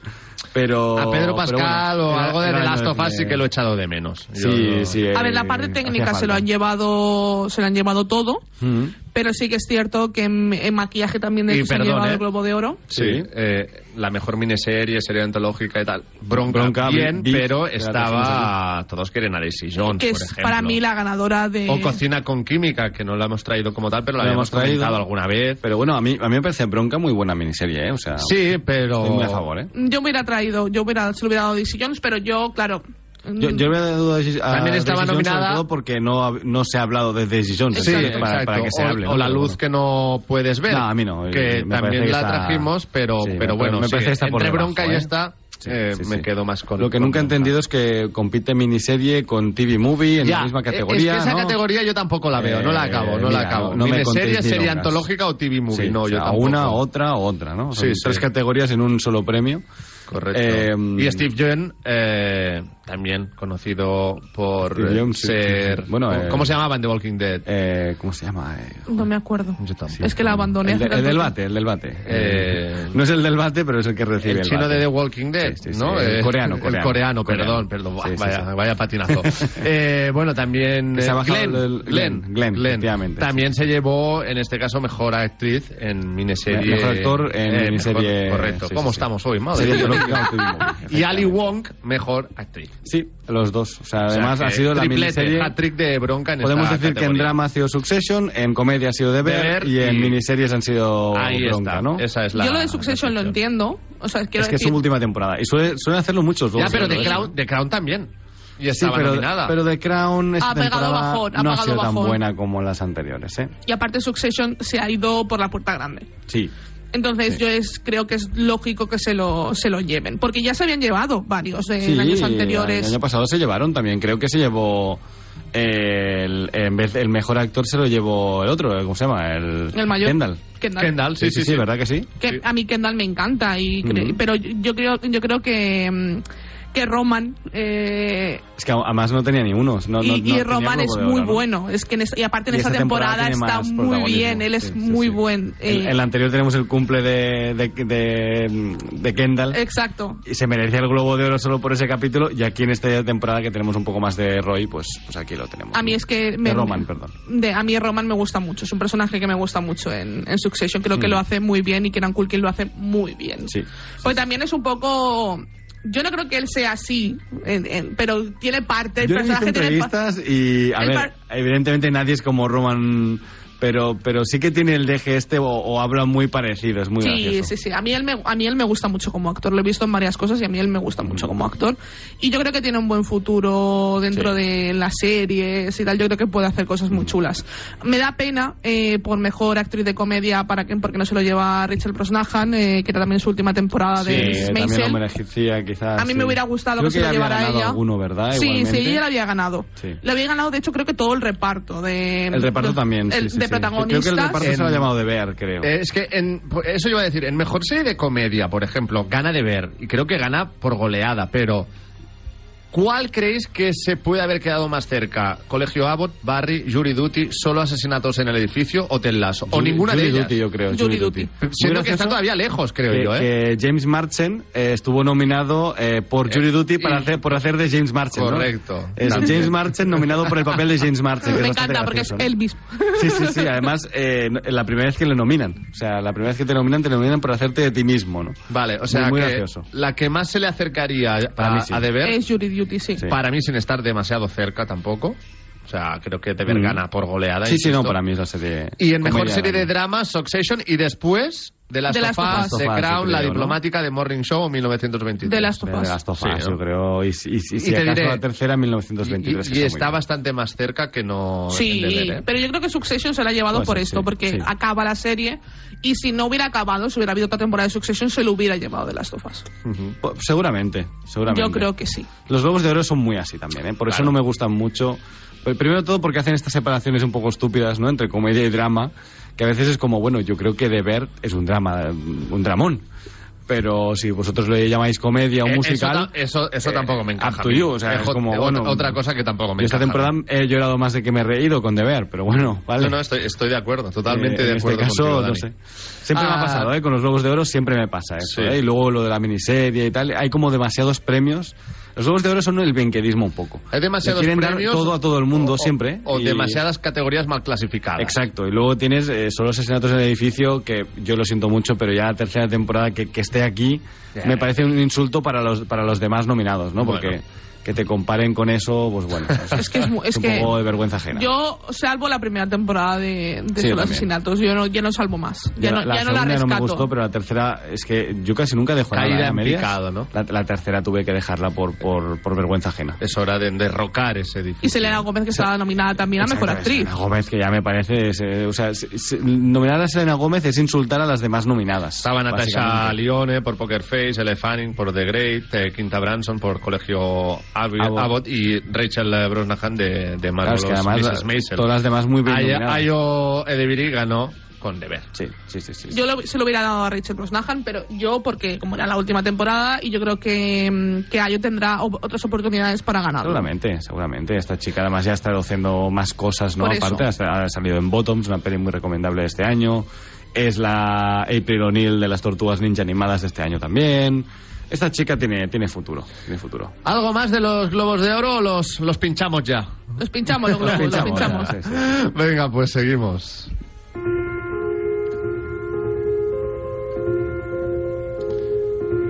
Speaker 4: Pero...
Speaker 2: a Pedro
Speaker 4: pero
Speaker 2: Pascal
Speaker 4: bueno,
Speaker 2: o
Speaker 4: era-
Speaker 2: algo de
Speaker 4: era
Speaker 2: The
Speaker 4: el
Speaker 2: Last
Speaker 4: año
Speaker 2: of Us
Speaker 4: de-
Speaker 2: sí que lo he echado de menos. Yo
Speaker 4: Sí,
Speaker 2: no-
Speaker 4: sí.
Speaker 3: A ver,
Speaker 4: eh,
Speaker 3: la parte técnica
Speaker 4: hacía
Speaker 3: se lo han
Speaker 4: falta.
Speaker 3: llevado, se lo han llevado todo,
Speaker 4: Mm.
Speaker 3: pero sí que es cierto que en, en maquillaje también de
Speaker 2: Y
Speaker 3: hecho, se han
Speaker 2: perdón,
Speaker 3: llevado
Speaker 2: ¿eh?
Speaker 3: el Globo de Oro.
Speaker 2: Sí,
Speaker 4: Sí.
Speaker 2: eh, la mejor miniserie, serie antológica y tal. Bronca,
Speaker 4: Bronca,
Speaker 2: bien,
Speaker 4: Big,
Speaker 2: pero
Speaker 4: que la
Speaker 2: estaba... Todos quieren a Daisy Jones,
Speaker 3: que
Speaker 2: por
Speaker 3: es
Speaker 2: ejemplo.
Speaker 3: para mí la ganadora de
Speaker 2: O Cocina con Química, que no la hemos traído como tal, pero la
Speaker 4: Lo
Speaker 2: habíamos
Speaker 4: hemos traído.
Speaker 2: comentado alguna vez.
Speaker 4: Pero bueno, a mí, a mí me parece Bronca muy buena miniserie, ¿eh? O sea,
Speaker 2: Sí, pero...
Speaker 4: estoy muy a favor, ¿eh?
Speaker 3: yo me hubiera traído yo hubiera se lo hubiera dado a Daisy Jones pero yo claro
Speaker 4: Yo, yo hubiera dado a Daisy- a
Speaker 2: También
Speaker 4: Daisy
Speaker 2: estaba
Speaker 4: Jones, sobre
Speaker 2: nominada-
Speaker 4: todo porque no, ha- no se ha hablado de Daisy Jones.
Speaker 2: Sí,
Speaker 4: entonces, para,
Speaker 2: exacto.
Speaker 4: para que se
Speaker 2: o,
Speaker 4: hable.
Speaker 2: o
Speaker 4: ¿no?
Speaker 2: la
Speaker 4: Pero
Speaker 2: luz
Speaker 4: bueno.
Speaker 2: que no puedes ver.
Speaker 4: No, a mí no. eh,
Speaker 2: Que
Speaker 4: me parece
Speaker 2: también
Speaker 4: que
Speaker 2: la
Speaker 4: está-
Speaker 2: trajimos, pero,
Speaker 4: Sí,
Speaker 2: pero
Speaker 4: me parece-
Speaker 2: bueno,
Speaker 4: me
Speaker 2: sí,
Speaker 4: parece que está por
Speaker 2: entre
Speaker 4: debajo,
Speaker 2: bronca y
Speaker 4: ¿eh?
Speaker 2: esta
Speaker 4: Sí,
Speaker 2: eh,
Speaker 4: sí,
Speaker 2: me
Speaker 4: sí.
Speaker 2: quedo más con
Speaker 4: Lo que
Speaker 2: con
Speaker 4: nunca he
Speaker 2: Bronca.
Speaker 4: entendido es que compite miniserie con TV Movie en
Speaker 2: Ya,
Speaker 4: la misma
Speaker 2: eh,
Speaker 4: categoría.
Speaker 2: Es que esa
Speaker 4: ¿no?
Speaker 2: categoría yo tampoco la veo, no la
Speaker 4: Eh,
Speaker 2: acabo, no la
Speaker 4: mira,
Speaker 2: acabo.
Speaker 4: no me
Speaker 2: Miniserie,
Speaker 4: contéis ni
Speaker 2: serie
Speaker 4: longas.
Speaker 2: antológica o TV movie,
Speaker 4: Sí,
Speaker 2: no,
Speaker 4: o
Speaker 2: yo
Speaker 4: sea,
Speaker 2: tampoco.
Speaker 4: Una, otra, otra, ¿no? Son
Speaker 2: Sí, sí.
Speaker 4: tres categorías en un solo premio.
Speaker 2: Correcto.
Speaker 4: Eh,
Speaker 2: y Steve Jones, eh, también conocido por
Speaker 4: Steve Yeun, sí,
Speaker 2: ser...
Speaker 4: sí, sí. Bueno, eh,
Speaker 2: ¿Cómo se llamaba en The Walking Dead?
Speaker 4: Eh, ¿Cómo se llama? Eh,
Speaker 3: no me acuerdo
Speaker 2: Yo tampoco.
Speaker 3: es que la abandoné
Speaker 4: El, de-
Speaker 3: hace
Speaker 4: el del
Speaker 3: tanto
Speaker 4: bate, el del bate.
Speaker 2: Eh,
Speaker 4: no es el del bate, pero es el que recibe el,
Speaker 2: el chino
Speaker 4: bate.
Speaker 2: de The Walking Dead,
Speaker 4: Sí, sí, sí,
Speaker 2: ¿no?
Speaker 4: el
Speaker 2: Eh,
Speaker 4: coreano,
Speaker 2: El
Speaker 4: coreano.
Speaker 2: coreano,
Speaker 4: Coreano.
Speaker 2: perdón, perdón. Buah,
Speaker 4: Sí, sí,
Speaker 2: vaya,
Speaker 4: sí.
Speaker 2: vaya patinazo. Eh, bueno, también
Speaker 4: Que se ha
Speaker 2: eh,
Speaker 4: bajado
Speaker 2: Glenn,
Speaker 4: el-
Speaker 2: Glenn,
Speaker 4: Glenn, Glenn, efectivamente,
Speaker 2: También se llevó, en este caso, mejor actriz en miniserie.
Speaker 4: Mejor actor en
Speaker 2: Eh, mejor-
Speaker 4: miniserie.
Speaker 2: correcto.
Speaker 4: Sí,
Speaker 2: ¿Cómo
Speaker 4: sí, sí.
Speaker 2: estamos hoy? Madre
Speaker 4: Serie
Speaker 2: mía.
Speaker 4: antológica o TV
Speaker 2: y
Speaker 4: movie,
Speaker 2: Ali
Speaker 4: efectivamente.
Speaker 2: Wong, mejor actriz.
Speaker 4: Sí, los dos. O sea,
Speaker 2: O sea,
Speaker 4: además
Speaker 2: que
Speaker 4: ha sido la
Speaker 2: triplete,
Speaker 4: miniserie.
Speaker 2: hat-trick de bronca en
Speaker 4: Podemos
Speaker 2: esta
Speaker 4: decir que en
Speaker 2: categoría.
Speaker 4: drama ha sido Succession, en comedia ha sido The Bear,
Speaker 2: Bear
Speaker 4: y en
Speaker 2: y-
Speaker 4: miniseries han sido
Speaker 2: Ahí
Speaker 4: Bronca,
Speaker 2: está.
Speaker 4: ¿no?
Speaker 2: Esa es la.
Speaker 3: yo lo de Succession lo
Speaker 2: la sección.
Speaker 3: entiendo o sea quiero
Speaker 4: es que es
Speaker 3: decir
Speaker 4: su última temporada. Y suele, suelen hacerlo muchos
Speaker 2: Ya,
Speaker 4: Globos
Speaker 2: pero
Speaker 4: de
Speaker 2: The
Speaker 4: Oro, ¿eh?
Speaker 2: Crown, The Crown también. Y
Speaker 4: Sí,
Speaker 2: estaba
Speaker 4: pero,
Speaker 2: nominada.
Speaker 4: pero The Crown esta
Speaker 3: Ha pegado
Speaker 4: temporada
Speaker 3: bajón, ha
Speaker 4: no ha
Speaker 3: pegado
Speaker 4: sido tan
Speaker 3: bajón.
Speaker 4: buena como las anteriores, ¿eh?
Speaker 3: y aparte Succession se ha ido por la puerta grande
Speaker 4: Sí.
Speaker 3: entonces yo es, creo que es lógico que se lo, se lo lleven porque ya se habían llevado varios de- en años
Speaker 4: el
Speaker 3: anteriores
Speaker 4: año pasado se llevaron también. Creo que se llevó eh, el, en vez, el mejor actor se lo llevó el otro, eh, ¿cómo se llama? El,
Speaker 3: El mayor.
Speaker 4: Kendall.
Speaker 3: Kendall.
Speaker 2: Kendall, sí, sí, sí.
Speaker 4: ¿verdad que sí?
Speaker 3: Que a mí Kendall me encanta, y cre-
Speaker 4: Ujú.
Speaker 3: pero yo yo creo, yo creo que, mm, que Roman eh,
Speaker 4: Es que además no tenía ni unos. No, no-
Speaker 3: y,
Speaker 4: no
Speaker 3: y
Speaker 4: tenía
Speaker 3: Roman
Speaker 4: Globo
Speaker 3: es
Speaker 4: de
Speaker 3: muy
Speaker 4: Oro, ¿no?
Speaker 3: bueno. Es que en esta- y aparte en
Speaker 4: Y
Speaker 3: esta,
Speaker 4: esta
Speaker 3: temporada,
Speaker 4: temporada tiene
Speaker 3: está
Speaker 4: más
Speaker 3: muy
Speaker 4: protagonismo.
Speaker 3: bien. Él es
Speaker 4: Sí, sí,
Speaker 3: muy
Speaker 4: sí.
Speaker 3: buen.
Speaker 4: El,
Speaker 3: eh,
Speaker 4: el anterior tenemos el cumple de, de, de- de Kendall.
Speaker 3: Eh. Exacto.
Speaker 4: y se merecía el Globo de Oro solo por ese capítulo. Y aquí en esta temporada que tenemos un poco más de Roy, pues, pues aquí lo tenemos.
Speaker 3: A mí es que... me-
Speaker 4: de Roman, perdón.
Speaker 3: de- a mí Roman me gusta mucho. Es un personaje que me gusta mucho en, en Succession. Creo que lo hace muy bien y Kieran Culkin lo hace muy bien.
Speaker 4: Mm. Sí.
Speaker 3: Porque también es un poco... Yo no creo que él sea así, en- en- pero tiene parte... El
Speaker 4: Yo he visto
Speaker 3: personaje tiene pa-
Speaker 4: entrevistas y, a
Speaker 3: el
Speaker 4: ver,
Speaker 3: par-
Speaker 4: evidentemente nadie es como Roman, pero, pero sí que tiene el deje este o, o habla muy parecido, es muy
Speaker 3: Sí,
Speaker 4: gracioso.
Speaker 3: sí, sí. A mí, él me, a mí él me gusta mucho como actor. Lo he visto en varias cosas y a mí él me gusta mucho como actor. Y yo creo que tiene un buen futuro dentro
Speaker 4: Sí.
Speaker 3: de las series y tal. Yo creo que puede hacer cosas muy chulas. Me da pena eh, por mejor actriz de comedia para que, porque no se lo lleva Rachel Brosnahan, eh, que era también su última temporada
Speaker 4: Sí,
Speaker 3: de Miss
Speaker 4: también lo
Speaker 3: Maisel.
Speaker 4: merecía quizás.
Speaker 3: A mí
Speaker 4: sí.
Speaker 3: me hubiera gustado
Speaker 4: Creo
Speaker 3: que se lo
Speaker 4: ya había
Speaker 3: llevara
Speaker 4: ganado
Speaker 3: ella.
Speaker 4: alguno, ¿verdad?
Speaker 3: Sí, sí,
Speaker 4: Igualmente.
Speaker 3: ella la había ganado.
Speaker 4: Sí.
Speaker 3: La había ganado, de hecho, creo que todo el reparto de.
Speaker 4: El reparto
Speaker 3: de-
Speaker 4: también, sí,
Speaker 3: Em, el-
Speaker 4: sí,
Speaker 3: de
Speaker 4: sí.
Speaker 3: protagonistas.
Speaker 4: Creo que el reparto se lo ha
Speaker 2: En-
Speaker 4: llamado de Bear, creo.
Speaker 2: Eh, es que en, eso iba a decir, en mejor serie de comedia, por ejemplo, gana de ver, y creo que gana por goleada, pero ¿cuál creéis que se puede haber quedado más cerca? Colegio Abbott, Barry, Jury Duty, solo asesinatos en el edificio o Ted Lasso, o
Speaker 4: Julie-
Speaker 2: ninguna de
Speaker 4: Julie
Speaker 2: ellas.
Speaker 4: Duty, yo creo.
Speaker 3: Julie Duty.
Speaker 4: Muy
Speaker 2: Siento que
Speaker 4: gracioso
Speaker 2: están todavía lejos, creo
Speaker 4: que-
Speaker 2: yo, ¿eh?
Speaker 4: que James Marchen eh, estuvo nominado eh, por Jury Duty
Speaker 2: y-
Speaker 4: para hacer, por hacer de James Marchen. ¿no?
Speaker 2: Correcto.
Speaker 4: Es
Speaker 2: También.
Speaker 4: James Marchen nominado por el papel de James Marchen. que
Speaker 3: Me
Speaker 4: es bastante
Speaker 3: encanta porque es
Speaker 4: gracioso, ¿no?
Speaker 3: él mismo.
Speaker 4: Sí, sí, sí. Además, eh, no- la primera vez que le nominan. O sea, la primera vez que te nominan, te nominan por hacerte de ti mismo, ¿no?
Speaker 2: Vale, o sea
Speaker 4: Muy, muy
Speaker 2: que
Speaker 4: gracioso.
Speaker 2: la que más se le acercaría
Speaker 4: Para
Speaker 2: a,
Speaker 4: mí sí.
Speaker 2: a de ver,
Speaker 3: Es Jury Duty,
Speaker 4: Sí.
Speaker 2: para mí sin estar demasiado cerca tampoco, o sea, creo que de ver
Speaker 4: Mm.
Speaker 2: gana por goleada.
Speaker 4: Sí, sí, no,
Speaker 2: insisto.
Speaker 4: para mí es la serie.
Speaker 2: Y en mejor
Speaker 4: comedia
Speaker 2: serie de
Speaker 4: grande.
Speaker 2: drama, Succession, y después de las
Speaker 3: The Last
Speaker 2: sofás,
Speaker 3: of Us.
Speaker 2: The
Speaker 4: Last of Us,
Speaker 2: Crown,
Speaker 4: creo,
Speaker 2: La
Speaker 4: ¿no?
Speaker 2: Diplomática de Morning Show 1923.
Speaker 3: De Last of
Speaker 4: De
Speaker 3: Us.
Speaker 4: Last of
Speaker 2: Sí,
Speaker 4: Us,
Speaker 2: ¿no?
Speaker 4: yo creo. Y, y- y si
Speaker 2: te
Speaker 4: acaso
Speaker 2: diré-
Speaker 4: la tercera,
Speaker 2: Y,
Speaker 4: 1923.
Speaker 2: y-
Speaker 4: que
Speaker 2: y
Speaker 4: muy
Speaker 2: está
Speaker 4: bien.
Speaker 2: bastante más cerca que no.
Speaker 3: Sí,
Speaker 2: en deber, ¿eh?
Speaker 3: pero yo creo que Succession se la ha llevado
Speaker 4: Pues
Speaker 3: por
Speaker 4: sí,
Speaker 3: esto,
Speaker 4: sí,
Speaker 3: porque
Speaker 4: sí.
Speaker 3: acaba la serie y si no hubiera acabado, si hubiera habido otra temporada de Succession, se lo hubiera llevado de las tofas.
Speaker 4: Ujú. Pues Seguramente, seguramente.
Speaker 3: Yo creo que sí.
Speaker 4: Los globos de oro son muy así también, ¿eh? por eso no me gustan mucho. Pero primero de todo porque hacen estas separaciones un poco estúpidas, ¿no? Entre comedia y drama, que a veces es como, bueno, yo creo que deber es un drama, un dramón. Pero si vosotros lo llamáis comedia o
Speaker 2: Eh,
Speaker 4: musical...
Speaker 2: Eso, ta- eso, eso
Speaker 4: eh,
Speaker 2: tampoco me
Speaker 4: up
Speaker 2: encaja.
Speaker 4: to
Speaker 2: a mí.
Speaker 4: you, o sea, es
Speaker 2: jo-
Speaker 4: como,
Speaker 2: ot-
Speaker 4: bueno,
Speaker 2: otra cosa que tampoco me
Speaker 4: yo esta
Speaker 2: encaja.
Speaker 4: temporada he llorado más de que me he reído con deber, pero bueno, vale.
Speaker 2: No, no, estoy, estoy de acuerdo, totalmente
Speaker 4: Eh,
Speaker 2: de
Speaker 4: en
Speaker 2: acuerdo.
Speaker 4: este caso,
Speaker 2: contigo,
Speaker 4: no
Speaker 2: Dani.
Speaker 4: sé. Siempre me
Speaker 2: Ah.
Speaker 4: ha pasado, ¿eh? Con los Globos de Oro siempre me pasa eso,
Speaker 2: Sí.
Speaker 4: ¿eh? Y luego lo de la miniserie y tal. Hay como demasiados premios. Los Globos de Oro son el benquedismo un poco.
Speaker 2: Hay demasiados
Speaker 4: Le quieren
Speaker 2: premios
Speaker 4: dar todo a todo el mundo
Speaker 2: o- o-
Speaker 4: siempre. ¿eh?
Speaker 2: O
Speaker 4: y-
Speaker 2: demasiadas categorías mal clasificadas.
Speaker 4: Exacto, y luego tienes eh, solo asesinatos en el edificio, que yo lo siento mucho, pero ya la tercera temporada que, que esté aquí
Speaker 2: Ya.
Speaker 4: me parece un insulto para los, para los demás nominados, ¿no?
Speaker 2: Bueno.
Speaker 4: Porque que te comparen con eso, pues bueno, o sea,
Speaker 3: Es que es mu- es
Speaker 4: un
Speaker 3: que-
Speaker 4: poco de vergüenza ajena.
Speaker 3: Yo salvo la primera temporada de, de
Speaker 4: Sí, yo
Speaker 3: Solo
Speaker 4: también.
Speaker 3: asesinatos, yo no, ya no salvo más. Ya,
Speaker 4: Ya
Speaker 3: no,
Speaker 4: la
Speaker 3: ya no la
Speaker 4: segunda
Speaker 3: rescato.
Speaker 4: no me gustó, pero la tercera es que yo casi nunca dejo
Speaker 2: Caída
Speaker 4: nada a
Speaker 2: en
Speaker 4: medias.
Speaker 2: picado, ¿no?
Speaker 4: La, la tercera tuve que dejarla por, por, por vergüenza ajena.
Speaker 2: Es hora de derrocar ese edificio.
Speaker 3: Y Selena Gómez que estaba nominada también a mejor
Speaker 4: Exacto,
Speaker 3: actriz.
Speaker 4: Selena Gómez, que ya me parece. es, eh, o sea, se- se- nominar a Selena Gómez es insultar a las demás nominadas.
Speaker 2: Estaba Natasha
Speaker 4: básicamente.
Speaker 2: Lione por Poker Face, Elle Fanning por The Great, eh, Quinta Branson por Colegio Abbott,
Speaker 4: Abbott.
Speaker 2: Abbott y Rachel eh, Brosnahan de, de
Speaker 4: Claro,
Speaker 2: Marvelous
Speaker 4: es que además
Speaker 2: Mrs.
Speaker 4: la-
Speaker 2: Maisel.
Speaker 4: todas las demás muy bien.
Speaker 2: Ay-
Speaker 4: nominadas.
Speaker 2: Ayo Edebiri ganó con deber.
Speaker 4: Sí, sí, sí. sí.
Speaker 3: Yo lo- se lo hubiera dado a Rachel Brosnahan, pero yo, porque como era la última temporada, y yo creo que, mm, que Ayo tendrá o- otras oportunidades para ganarlo.
Speaker 4: Seguramente, seguramente. Esta chica además ya está haciendo más cosas, ¿no?
Speaker 3: Por eso.
Speaker 4: Aparte, hasta ha salido en Bottoms, una peli muy recomendable de este año. Es la April O'Neil de las Tortugas Ninja animadas de este año también. Esta chica tiene, tiene futuro, tiene futuro.
Speaker 2: ¿Algo más de los globos de oro o los, los pinchamos ya?
Speaker 3: Los pinchamos, los globos, los pinchamos.
Speaker 4: Sí, sí.
Speaker 2: Venga, pues seguimos.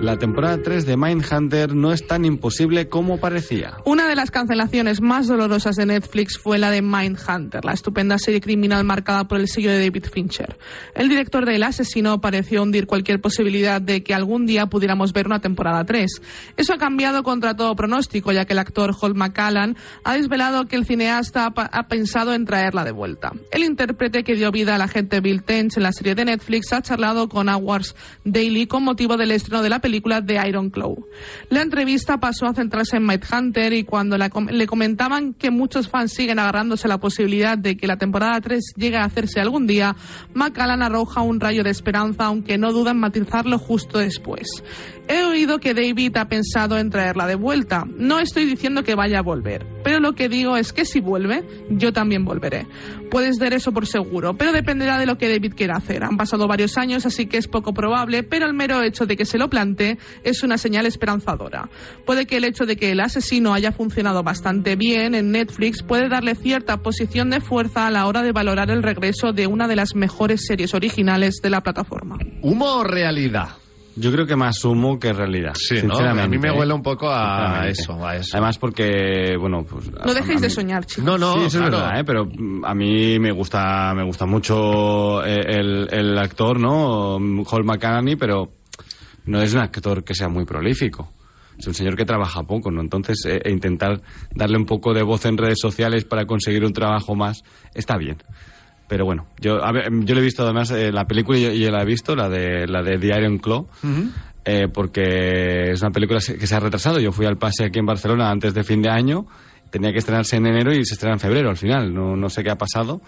Speaker 4: La temporada 3 de Mindhunter no es tan imposible como parecía.
Speaker 3: Una de las cancelaciones más dolorosas de Netflix fue la de Mindhunter, la estupenda serie criminal marcada por el sello de David Fincher. El director del asesino pareció hundir cualquier posibilidad de que algún día pudiéramos ver una temporada 3. Eso ha cambiado contra todo pronóstico, ya que el actor Holt McCallan ha desvelado que el cineasta ha, pa- ha pensado en traerla de vuelta. El intérprete que dio vida al agente Bill Tench en la serie de Netflix ha charlado con Awards Daily con motivo del estreno de la película The Iron Claw. La entrevista pasó a centrarse en Mindhunter y cuando cuando la com- le comentaban que muchos fans siguen agarrándose a la posibilidad de que la temporada 3 llegue a hacerse algún día, Macallan arroja un rayo de esperanza, aunque no duda en matizarlo justo después. He oído que David ha pensado en traerla de vuelta. No estoy diciendo que vaya a volver, pero lo que digo es que si vuelve, yo también volveré. Puedes dar eso por seguro, pero dependerá de lo que David quiera hacer. Han pasado varios años, así que es poco probable, pero el mero hecho de que se lo plantee es una señal esperanzadora. Puede que el hecho de que el asesino haya funcionado bastante bien en Netflix puede darle cierta posición de fuerza a la hora de valorar el regreso de una de las mejores series originales de la plataforma.
Speaker 2: ¿Humo o realidad?
Speaker 4: Yo creo que más humo que realidad.
Speaker 2: Sí, ¿no?
Speaker 4: sinceramente,
Speaker 2: A mí me
Speaker 4: ¿eh?
Speaker 2: huele un poco a
Speaker 4: Sinceramente.
Speaker 2: eso, a eso.
Speaker 4: Además porque, bueno, pues...
Speaker 3: No
Speaker 4: a- a
Speaker 3: dejéis de
Speaker 4: mí-
Speaker 3: soñar, chicos.
Speaker 2: no, no,
Speaker 4: sí, eso
Speaker 2: claro.
Speaker 4: es verdad, ¿eh? pero mm, a mí me gusta, me gusta mucho eh, el, el actor, ¿no? Mm, Paul McCartney, pero no es un actor que sea muy prolífico. Es un señor que trabaja poco, ¿no? Entonces, eh, e intentar darle un poco de voz en redes sociales para conseguir un trabajo más está bien. Pero bueno, yo, a ver, yo le he visto además eh, la película y y la he visto, la de, la de The Iron Claw, eh, porque es una película se- que se ha retrasado. Yo fui al pase aquí en Barcelona antes de fin de año, tenía que estrenarse en enero y se estrena en febrero al final, no, no sé qué ha pasado.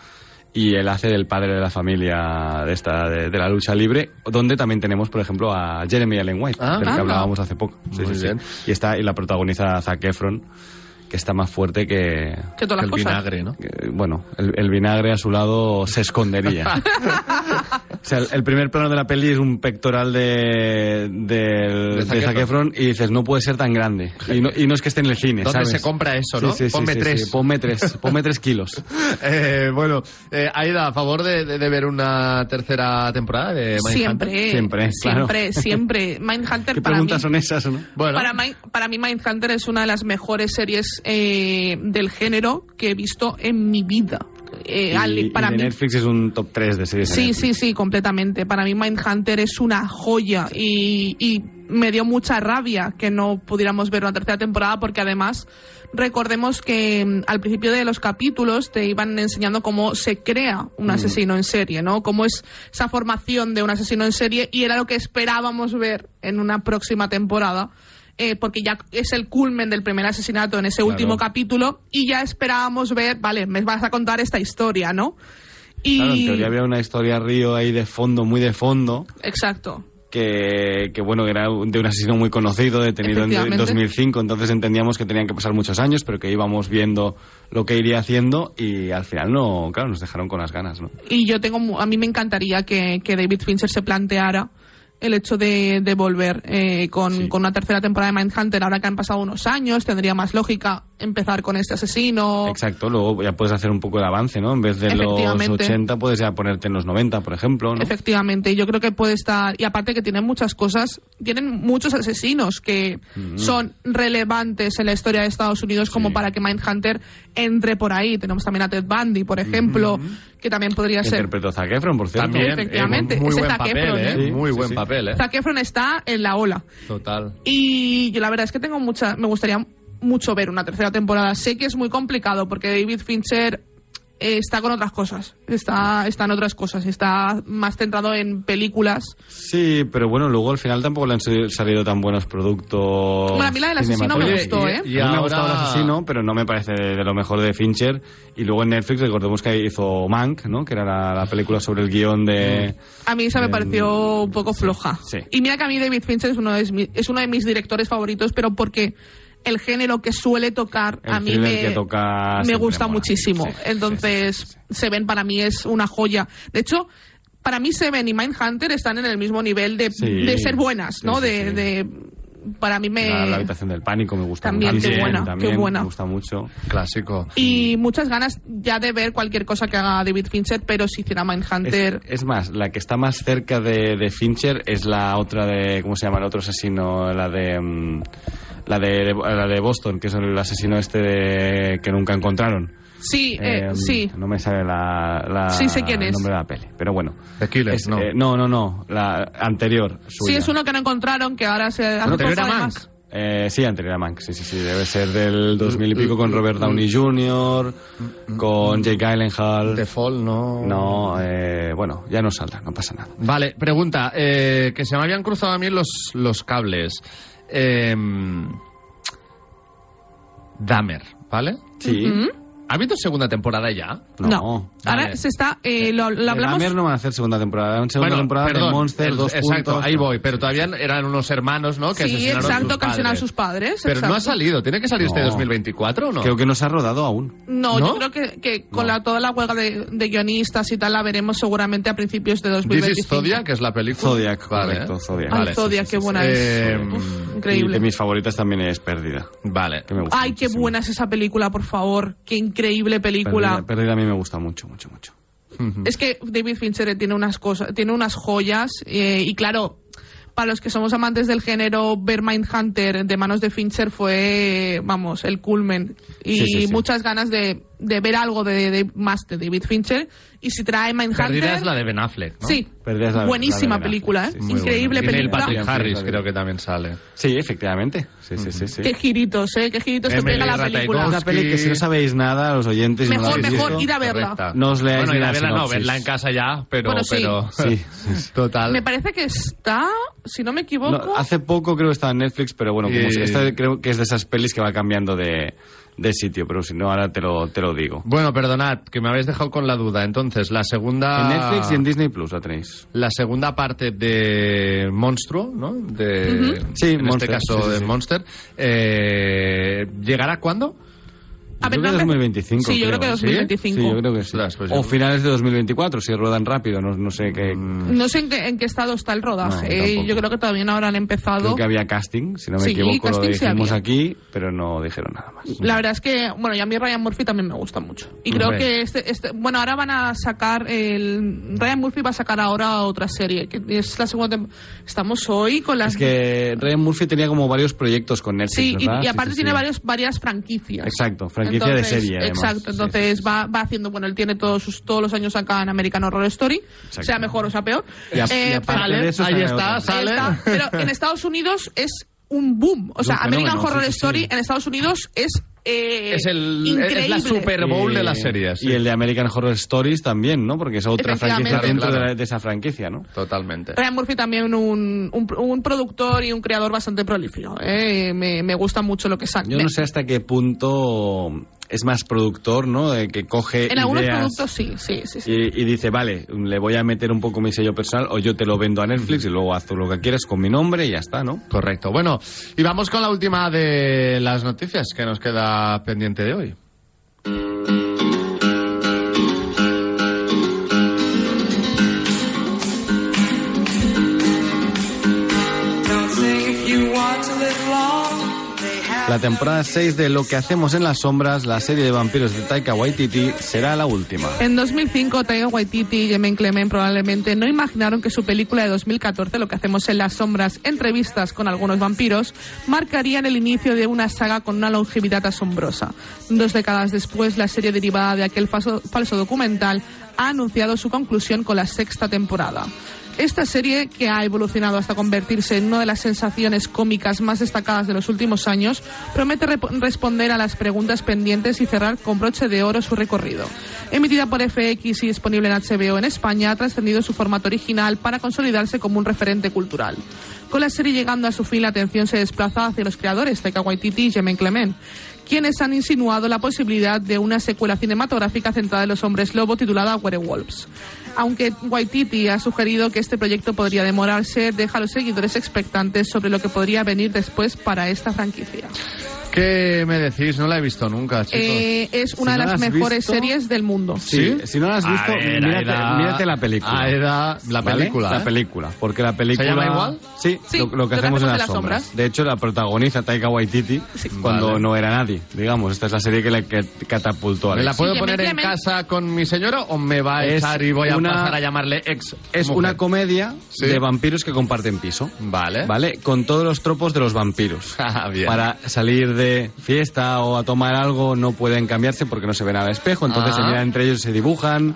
Speaker 4: Y él hace del padre de la familia de, esta, de, de la lucha libre, donde también tenemos, por ejemplo, a Jeremy Allen White,
Speaker 2: Ah,
Speaker 4: del que
Speaker 2: anda.
Speaker 4: hablábamos hace poco. Sí,
Speaker 2: Muy
Speaker 4: sí, sí.
Speaker 2: bien.
Speaker 4: Y, está, y la protagoniza Zac Efron, que está más fuerte que,
Speaker 3: Que todas
Speaker 2: El
Speaker 3: las cosas.
Speaker 2: vinagre, ¿no?
Speaker 4: eh, bueno, el, el vinagre a su lado se escondería. o sea, el, el primer plano de la peli es un pectoral de, del-
Speaker 2: De
Speaker 4: de
Speaker 2: Zac
Speaker 4: Zac
Speaker 2: Efron.
Speaker 4: Efron y dices, no puede ser tan grande. Y no, y no es que esté en el cine,
Speaker 2: ¿Dónde
Speaker 4: ¿sabes?
Speaker 2: se compra eso,
Speaker 4: Sí,
Speaker 2: no?
Speaker 4: sí, sí,
Speaker 2: Ponme
Speaker 4: sí,
Speaker 2: tres.
Speaker 4: sí, ponme tres. Ponme tres kilos.
Speaker 2: Eh, bueno, eh, Aida, a favor de, de- de ver una tercera temporada de Mindhunter?
Speaker 3: Siempre,
Speaker 4: Siempre, claro.
Speaker 3: siempre, siempre. Mindhunter
Speaker 4: ¿Qué
Speaker 3: para mí.
Speaker 4: preguntas son esas, no?
Speaker 2: Bueno,
Speaker 3: Para, mí, para mí Mindhunter es una de las mejores series eh, del género que he visto en mi vida. Eh,
Speaker 4: Y-
Speaker 3: Ale,
Speaker 4: y
Speaker 3: para
Speaker 4: de
Speaker 3: mí.
Speaker 4: Netflix es un top 3 de series. de
Speaker 3: Sí,
Speaker 4: Netflix.
Speaker 3: sí, sí, completamente. Para mí Mindhunter es una joya y, y me dio mucha rabia que no pudiéramos ver una tercera temporada porque además recordemos que mm, al principio de los capítulos te iban enseñando cómo se crea un asesino en serie, ¿no? Cómo es esa formación de un asesino en serie y era lo que esperábamos ver en una próxima temporada. eh, porque ya es el culmen del primer asesinato en ese último capítulo y ya esperábamos ver, vale, me vas a contar esta historia, ¿no? Y...
Speaker 4: Claro, en teoría había una historia río ahí de fondo, muy de fondo.
Speaker 3: Exacto.
Speaker 4: que, que, bueno, que era un- de un asesino muy conocido, detenido en
Speaker 3: Efectivamente.
Speaker 4: 2005, entonces entendíamos que tenían que pasar muchos años, pero que íbamos viendo lo que iría haciendo y al final no, claro, nos dejaron con las ganas, ¿no?
Speaker 3: Y yo tengo, mu- a mí me encantaría que, que David Fincher se planteara el hecho de, de volver eh, con, con una tercera temporada de Mindhunter, ahora que han pasado unos años, tendría más lógica empezar con este asesino.
Speaker 4: Exacto, luego ya puedes hacer un poco de avance, ¿no? En vez de los
Speaker 3: Efectivamente.
Speaker 4: 80 puedes ya ponerte en los 90, por ejemplo, ¿no?
Speaker 3: Efectivamente, y yo creo que puede estar, y aparte que tienen muchas cosas, tienen muchos asesinos que
Speaker 4: Mm-hmm.
Speaker 3: son relevantes en la historia de Estados Unidos como para que Mindhunter entre por ahí. Tenemos también a Ted Bundy, por ejemplo,
Speaker 4: Mm-hmm.
Speaker 3: que también podría ser.
Speaker 4: Interpretó Zac Efron, por cierto.
Speaker 2: también. eh,
Speaker 3: efectivamente,
Speaker 2: muy
Speaker 3: ese
Speaker 2: buen
Speaker 3: Zac
Speaker 2: papel,
Speaker 3: Efron,
Speaker 2: ¿eh?
Speaker 4: ¿eh?
Speaker 2: Muy
Speaker 4: Sí,
Speaker 2: buen
Speaker 4: sí.
Speaker 2: papel, ¿eh?
Speaker 3: Zac Efron está en la ola.
Speaker 2: Total.
Speaker 3: Y yo la verdad es que tengo mucha. Me gustaría mucho ver una tercera temporada. Sé que es muy complicado porque David Fincher eh, está con otras cosas. Está, está en otras cosas. Está más centrado en películas.
Speaker 4: Sí, pero bueno, luego al final tampoco le han sali- salido tan buenos productos.
Speaker 3: Bueno, a mí la del asesino me
Speaker 4: cinematográficos.
Speaker 3: gustó,
Speaker 2: Oye,
Speaker 3: ¿eh?
Speaker 2: y- y
Speaker 4: a mí me ha
Speaker 2: ahora-
Speaker 4: gustado el asesino, pero no me parece de, de lo mejor de Fincher. Y luego en Netflix recordemos que hizo Mank, ¿no? Que era la, la película sobre el guión de...
Speaker 3: A mí esa me
Speaker 4: Em,
Speaker 3: pareció un poco floja.
Speaker 4: sí.
Speaker 3: Y mira que a mí David Fincher es uno de, mis, es uno de mis directores favoritos, pero porque el género que suele tocar
Speaker 4: El
Speaker 3: a mí
Speaker 4: thriller
Speaker 3: me,
Speaker 4: que toca
Speaker 3: me
Speaker 4: siempre
Speaker 3: gusta
Speaker 4: mola.
Speaker 3: muchísimo.
Speaker 4: Sí, sí, sí,
Speaker 3: Entonces, Seven para mí es una joya. De hecho, para mí Seven y Mindhunter están en el mismo nivel de,
Speaker 4: Sí.
Speaker 3: de ser buenas,
Speaker 4: Sí,
Speaker 3: ¿no?
Speaker 4: sí,
Speaker 3: de,
Speaker 4: sí.
Speaker 3: de- para mí me...
Speaker 4: La, la habitación del pánico me gusta
Speaker 3: Eh, También, qué
Speaker 4: mucho.
Speaker 3: buena, qué
Speaker 4: también
Speaker 3: buena.
Speaker 4: me gusta mucho.
Speaker 2: Clásico.
Speaker 3: Y muchas ganas ya de ver cualquier cosa que haga David Fincher, pero si hiciera
Speaker 4: Es,
Speaker 3: Mindhunter...
Speaker 4: es más, la que está más cerca de, de Fincher es la otra de... ¿Cómo se llama el otro asesino? La de... mm, la de, la de Boston, que es el asesino este de- que nunca encontraron.
Speaker 3: Sí, eh,
Speaker 4: Em,
Speaker 3: sí.
Speaker 4: No me sale la, la-
Speaker 3: Sí, sé quién
Speaker 4: el
Speaker 3: es.
Speaker 4: nombre de la peli, pero bueno.
Speaker 2: The Killer,
Speaker 4: Es,
Speaker 2: no.
Speaker 4: eh, no, no, no, la anterior.
Speaker 3: Sí,
Speaker 4: suya.
Speaker 3: es uno que no encontraron, que ahora se hace
Speaker 2: Anterior
Speaker 3: poco,
Speaker 2: a
Speaker 3: además.
Speaker 2: Mank.
Speaker 4: Eh, sí, anterior a Mank, sí, sí, sí, debe ser del 2000 y pico con Robert Downey Jr., con Jake
Speaker 2: The
Speaker 4: Gyllenhaal.
Speaker 2: Fall, no.
Speaker 4: No, eh, bueno, ya no saldrá, no pasa nada.
Speaker 2: Vale, pregunta. eh, que se me habían cruzado a mí los, los cables. Em, Dahmer, ¿vale?
Speaker 4: Sí.
Speaker 2: ¿Ha habido segunda temporada ya?
Speaker 3: No. Ahora
Speaker 2: Vale.
Speaker 3: se está. eh, lo, lo hablamos.
Speaker 4: Dahmer no van a hacer segunda temporada. Van a hacer segunda temporada
Speaker 2: perdón,
Speaker 4: de Monster,
Speaker 2: el-
Speaker 4: dos
Speaker 2: Exacto,
Speaker 4: puntos.
Speaker 2: ahí voy. Pero todavía eran unos hermanos, ¿no? Que
Speaker 3: sí,
Speaker 2: asesinaron
Speaker 3: exacto,
Speaker 2: sus
Speaker 3: que asesinaron
Speaker 2: padres.
Speaker 3: sus padres.
Speaker 2: Pero no ha
Speaker 3: exacto.
Speaker 2: salido. ¿Tiene que salir este
Speaker 4: No.
Speaker 2: 2024 o no?
Speaker 4: Creo que no se ha rodado aún.
Speaker 3: No,
Speaker 2: ¿No?
Speaker 3: yo creo que, que con la, toda la huelga de, de guionistas y tal la veremos seguramente a principios de
Speaker 2: This
Speaker 3: 2025.
Speaker 2: is Zodiac, que es la película.
Speaker 4: Zodiac,
Speaker 2: Vale.
Speaker 4: correcto, Zodiac.
Speaker 3: Ay,
Speaker 2: Vale,
Speaker 3: Zodiac,
Speaker 2: sí,
Speaker 3: qué
Speaker 2: sí,
Speaker 3: buena
Speaker 2: sí.
Speaker 3: es.
Speaker 2: Eh,
Speaker 3: Uf,
Speaker 4: Y de
Speaker 3: increíble.
Speaker 4: mis favoritas también es Pérdida.
Speaker 2: Vale.
Speaker 4: Que me gusta
Speaker 3: Ay, qué
Speaker 4: muchísimo.
Speaker 3: buena es esa película, por favor. Qué increíble película.
Speaker 4: Pérdida, Pérdida a mí me gusta mucho, mucho, mucho. Mm.
Speaker 3: Es que David Fincher tiene unas cosas, tiene unas joyas eh, y claro, para los que somos amantes del género, ver Mindhunter de manos de Fincher fue, vamos, el culmen y
Speaker 4: Sí, sí, sí.
Speaker 3: muchas ganas de, de ver algo de, de- más de David Fincher y si trae Mindhunter,
Speaker 2: Perdida es la de Ben Affleck, ¿no?
Speaker 3: sí,
Speaker 4: Perdida es la-
Speaker 3: buenísima
Speaker 4: la de Ben
Speaker 3: película,
Speaker 4: Affleck,
Speaker 3: ¿eh?
Speaker 4: sí, sí, muy
Speaker 3: increíble
Speaker 4: buena.
Speaker 2: Tiene el
Speaker 3: película.
Speaker 2: Patrick Harris, creo que también sale.
Speaker 4: Sí, efectivamente. Sí, sí, sí, sí.
Speaker 3: Qué giritos, ¿eh? Qué giritos te
Speaker 2: Emily
Speaker 3: pega la
Speaker 2: Ratajkowski.
Speaker 3: película.
Speaker 4: Una peli que si no sabéis nada, los oyentes... y no la
Speaker 3: Mejor,
Speaker 4: habéis
Speaker 3: mejor
Speaker 4: visto-
Speaker 3: ir a verla.
Speaker 4: No os leáis
Speaker 2: bueno,
Speaker 4: ni
Speaker 2: ir a
Speaker 4: la
Speaker 2: verla no,
Speaker 4: sinopsis.
Speaker 2: verla en casa ya, pero...
Speaker 3: Bueno, sí.
Speaker 2: pero
Speaker 4: Sí, sí, sí.
Speaker 2: Total.
Speaker 3: Me parece que está, si no me
Speaker 4: No,
Speaker 3: equivoco,
Speaker 4: hace poco creo que estaba en Netflix, pero bueno, como
Speaker 2: Eh.
Speaker 4: si- esta creo que es de esas pelis que va cambiando de, de sitio, pero si no, ahora te lo, te lo digo.
Speaker 2: Bueno, perdonad, que me habéis dejado con la duda. Entonces, la
Speaker 4: En
Speaker 2: segunda...
Speaker 4: Netflix y en Disney Plus la tenéis.
Speaker 2: la segunda parte de Monstruo, ¿no? De,
Speaker 4: Sí,
Speaker 2: en
Speaker 4: Monster,
Speaker 2: este caso
Speaker 4: sí, sí,
Speaker 2: de
Speaker 4: sí.
Speaker 2: ¿Monster? eh, ¿Llegará cuándo?
Speaker 3: A ver,
Speaker 4: creo que
Speaker 3: no,
Speaker 4: 2025.
Speaker 3: sí, yo creo que
Speaker 4: ¿eh?
Speaker 3: 2025.
Speaker 4: Sí, yo creo que sí.
Speaker 2: Ostras, pues yo-
Speaker 4: o finales de 2024, si ruedan rápido, no, no sé qué.
Speaker 3: no sé en qué, en qué estado está el rodaje.
Speaker 4: No,
Speaker 3: eh,
Speaker 4: tampoco.
Speaker 3: yo creo que todavía no habrán empezado.
Speaker 4: Creo que había casting, si no me
Speaker 3: Sí,
Speaker 4: equivoco, lo
Speaker 3: casting sí
Speaker 4: dijimos
Speaker 3: había.
Speaker 4: aquí, pero no dijeron nada más.
Speaker 3: La verdad es que, bueno, y a mí Ryan Murphy también me gusta mucho. Y creo
Speaker 2: Hombre.
Speaker 3: que este, este- bueno, ahora van a sacar el Ryan Murphy va a sacar ahora otra serie, que es la segunda tem- estamos hoy con las
Speaker 4: Es que Ryan Murphy tenía como varios proyectos con Netflix.
Speaker 3: Sí, y,
Speaker 4: ¿verdad?
Speaker 3: y aparte
Speaker 4: sí,
Speaker 3: tiene
Speaker 4: sí.
Speaker 3: varios- varias franquicias.
Speaker 4: Exacto, franquicia de serie. además.
Speaker 3: Exacto,
Speaker 4: Sí, sí,
Speaker 3: entonces Va, va haciendo, bueno, él tiene todos sus, todos los años acá en American Horror Story,
Speaker 4: Exacto.
Speaker 3: sea mejor o sea peor.
Speaker 4: Y a- y aparte
Speaker 3: para-
Speaker 4: de eso
Speaker 2: ahí
Speaker 4: sale
Speaker 2: está,
Speaker 4: otra.
Speaker 2: sale.
Speaker 3: Ahí está. Pero en Estados Unidos es un boom. O sea,
Speaker 4: un fenómeno,
Speaker 3: American Horror
Speaker 4: sí, sí,
Speaker 3: Story
Speaker 4: sí.
Speaker 3: en Estados Unidos es, eh,
Speaker 2: Es el- es la
Speaker 3: increíble.
Speaker 2: super- Bowl de las series,
Speaker 4: Eh, Y
Speaker 2: sí.
Speaker 4: el de American Horror Stories también, ¿no? Porque es otra
Speaker 3: Efectivamente.
Speaker 4: franquicia dentro
Speaker 2: Claro,
Speaker 4: De,
Speaker 2: claro.
Speaker 4: la- de esa franquicia, ¿no?
Speaker 2: Totalmente.
Speaker 3: Ryan Murphy también un, un, un productor y un creador bastante prolífico. eh. Me, me gusta mucho lo que saca.
Speaker 4: Yo no sé hasta qué punto es más productor, ¿no? De que coge
Speaker 3: En algunos
Speaker 4: ideas
Speaker 3: productos sí, sí, sí. sí.
Speaker 4: Y, y dice, vale, le voy a meter un poco mi sello personal o yo te lo vendo a Netflix y luego haz tú lo que quieras con mi nombre y ya está, ¿no?
Speaker 2: Correcto. Bueno, y vamos con la última de las noticias que nos queda pendiente de hoy.
Speaker 4: La temporada 6 de Lo que hacemos en las sombras, la serie de vampiros de Taika Waititi, será la última.
Speaker 3: En 2005, Taika Waititi y Jemen Clement probablemente no imaginaron que su película de 2014, Lo que hacemos en las sombras, entrevistas con algunos vampiros, marcarían el inicio de una saga con una longevidad asombrosa. Dos décadas después, la serie derivada de aquel falso, falso documental ha anunciado su conclusión con la sexta temporada. Esta serie, que ha evolucionado hasta convertirse en una de las sensaciones cómicas más destacadas de los últimos años, promete rep- responder a las preguntas pendientes y cerrar con broche de oro su recorrido. Emitida por FX y disponible en HBO en España, ha trascendido su formato original para consolidarse como un referente cultural. Con la serie llegando a su fin, la atención se desplaza hacia los creadores, Taika Waititi y Jemen Clement quienes han insinuado la posibilidad de una secuela cinematográfica centrada en los hombres lobo titulada Werewolves. Aunque Waititi ha sugerido que este proyecto podría demorarse, deja a los seguidores expectantes sobre lo que podría venir después para esta franquicia.
Speaker 2: ¿Qué me decís? No la he visto nunca, chicos.
Speaker 3: Eh, es una de
Speaker 4: si no
Speaker 3: las
Speaker 4: la has
Speaker 3: mejores
Speaker 4: visto-
Speaker 3: series del mundo.
Speaker 4: Sí, si no la has
Speaker 2: A
Speaker 4: visto,
Speaker 2: ver,
Speaker 4: mírate,
Speaker 2: Aida-
Speaker 4: mírate la película.
Speaker 2: Aida, la
Speaker 4: ¿Vale?
Speaker 2: película, ¿eh?
Speaker 4: La película. Porque la película.
Speaker 2: llama igual?
Speaker 4: Sí,
Speaker 3: Sí,
Speaker 4: lo, lo que hacemos en las, sombras. De hecho, la protagoniza Taika Waititi cuando
Speaker 2: Vale.
Speaker 4: no era nadie. Digamos, esta es la serie que le que- catapultó a
Speaker 2: ¿Me la
Speaker 4: Alex.
Speaker 2: puedo
Speaker 3: Sí,
Speaker 2: poner en
Speaker 3: evidentemente.
Speaker 2: casa con mi señora o me va a
Speaker 4: Es
Speaker 2: echar y voy a
Speaker 4: una-
Speaker 2: pasar a llamarle ex?
Speaker 4: Es
Speaker 2: mujer?
Speaker 4: una comedia
Speaker 2: Sí. ¿Eh?
Speaker 4: de vampiros que comparten piso.
Speaker 2: Vale.
Speaker 4: ¿Vale? Con todos los tropos de los vampiros.
Speaker 2: Ah, bien.
Speaker 4: Para salir de fiesta o a tomar algo no pueden cambiarse porque no se ven al espejo, entonces
Speaker 2: Ah.
Speaker 4: se miran entre ellos y se dibujan.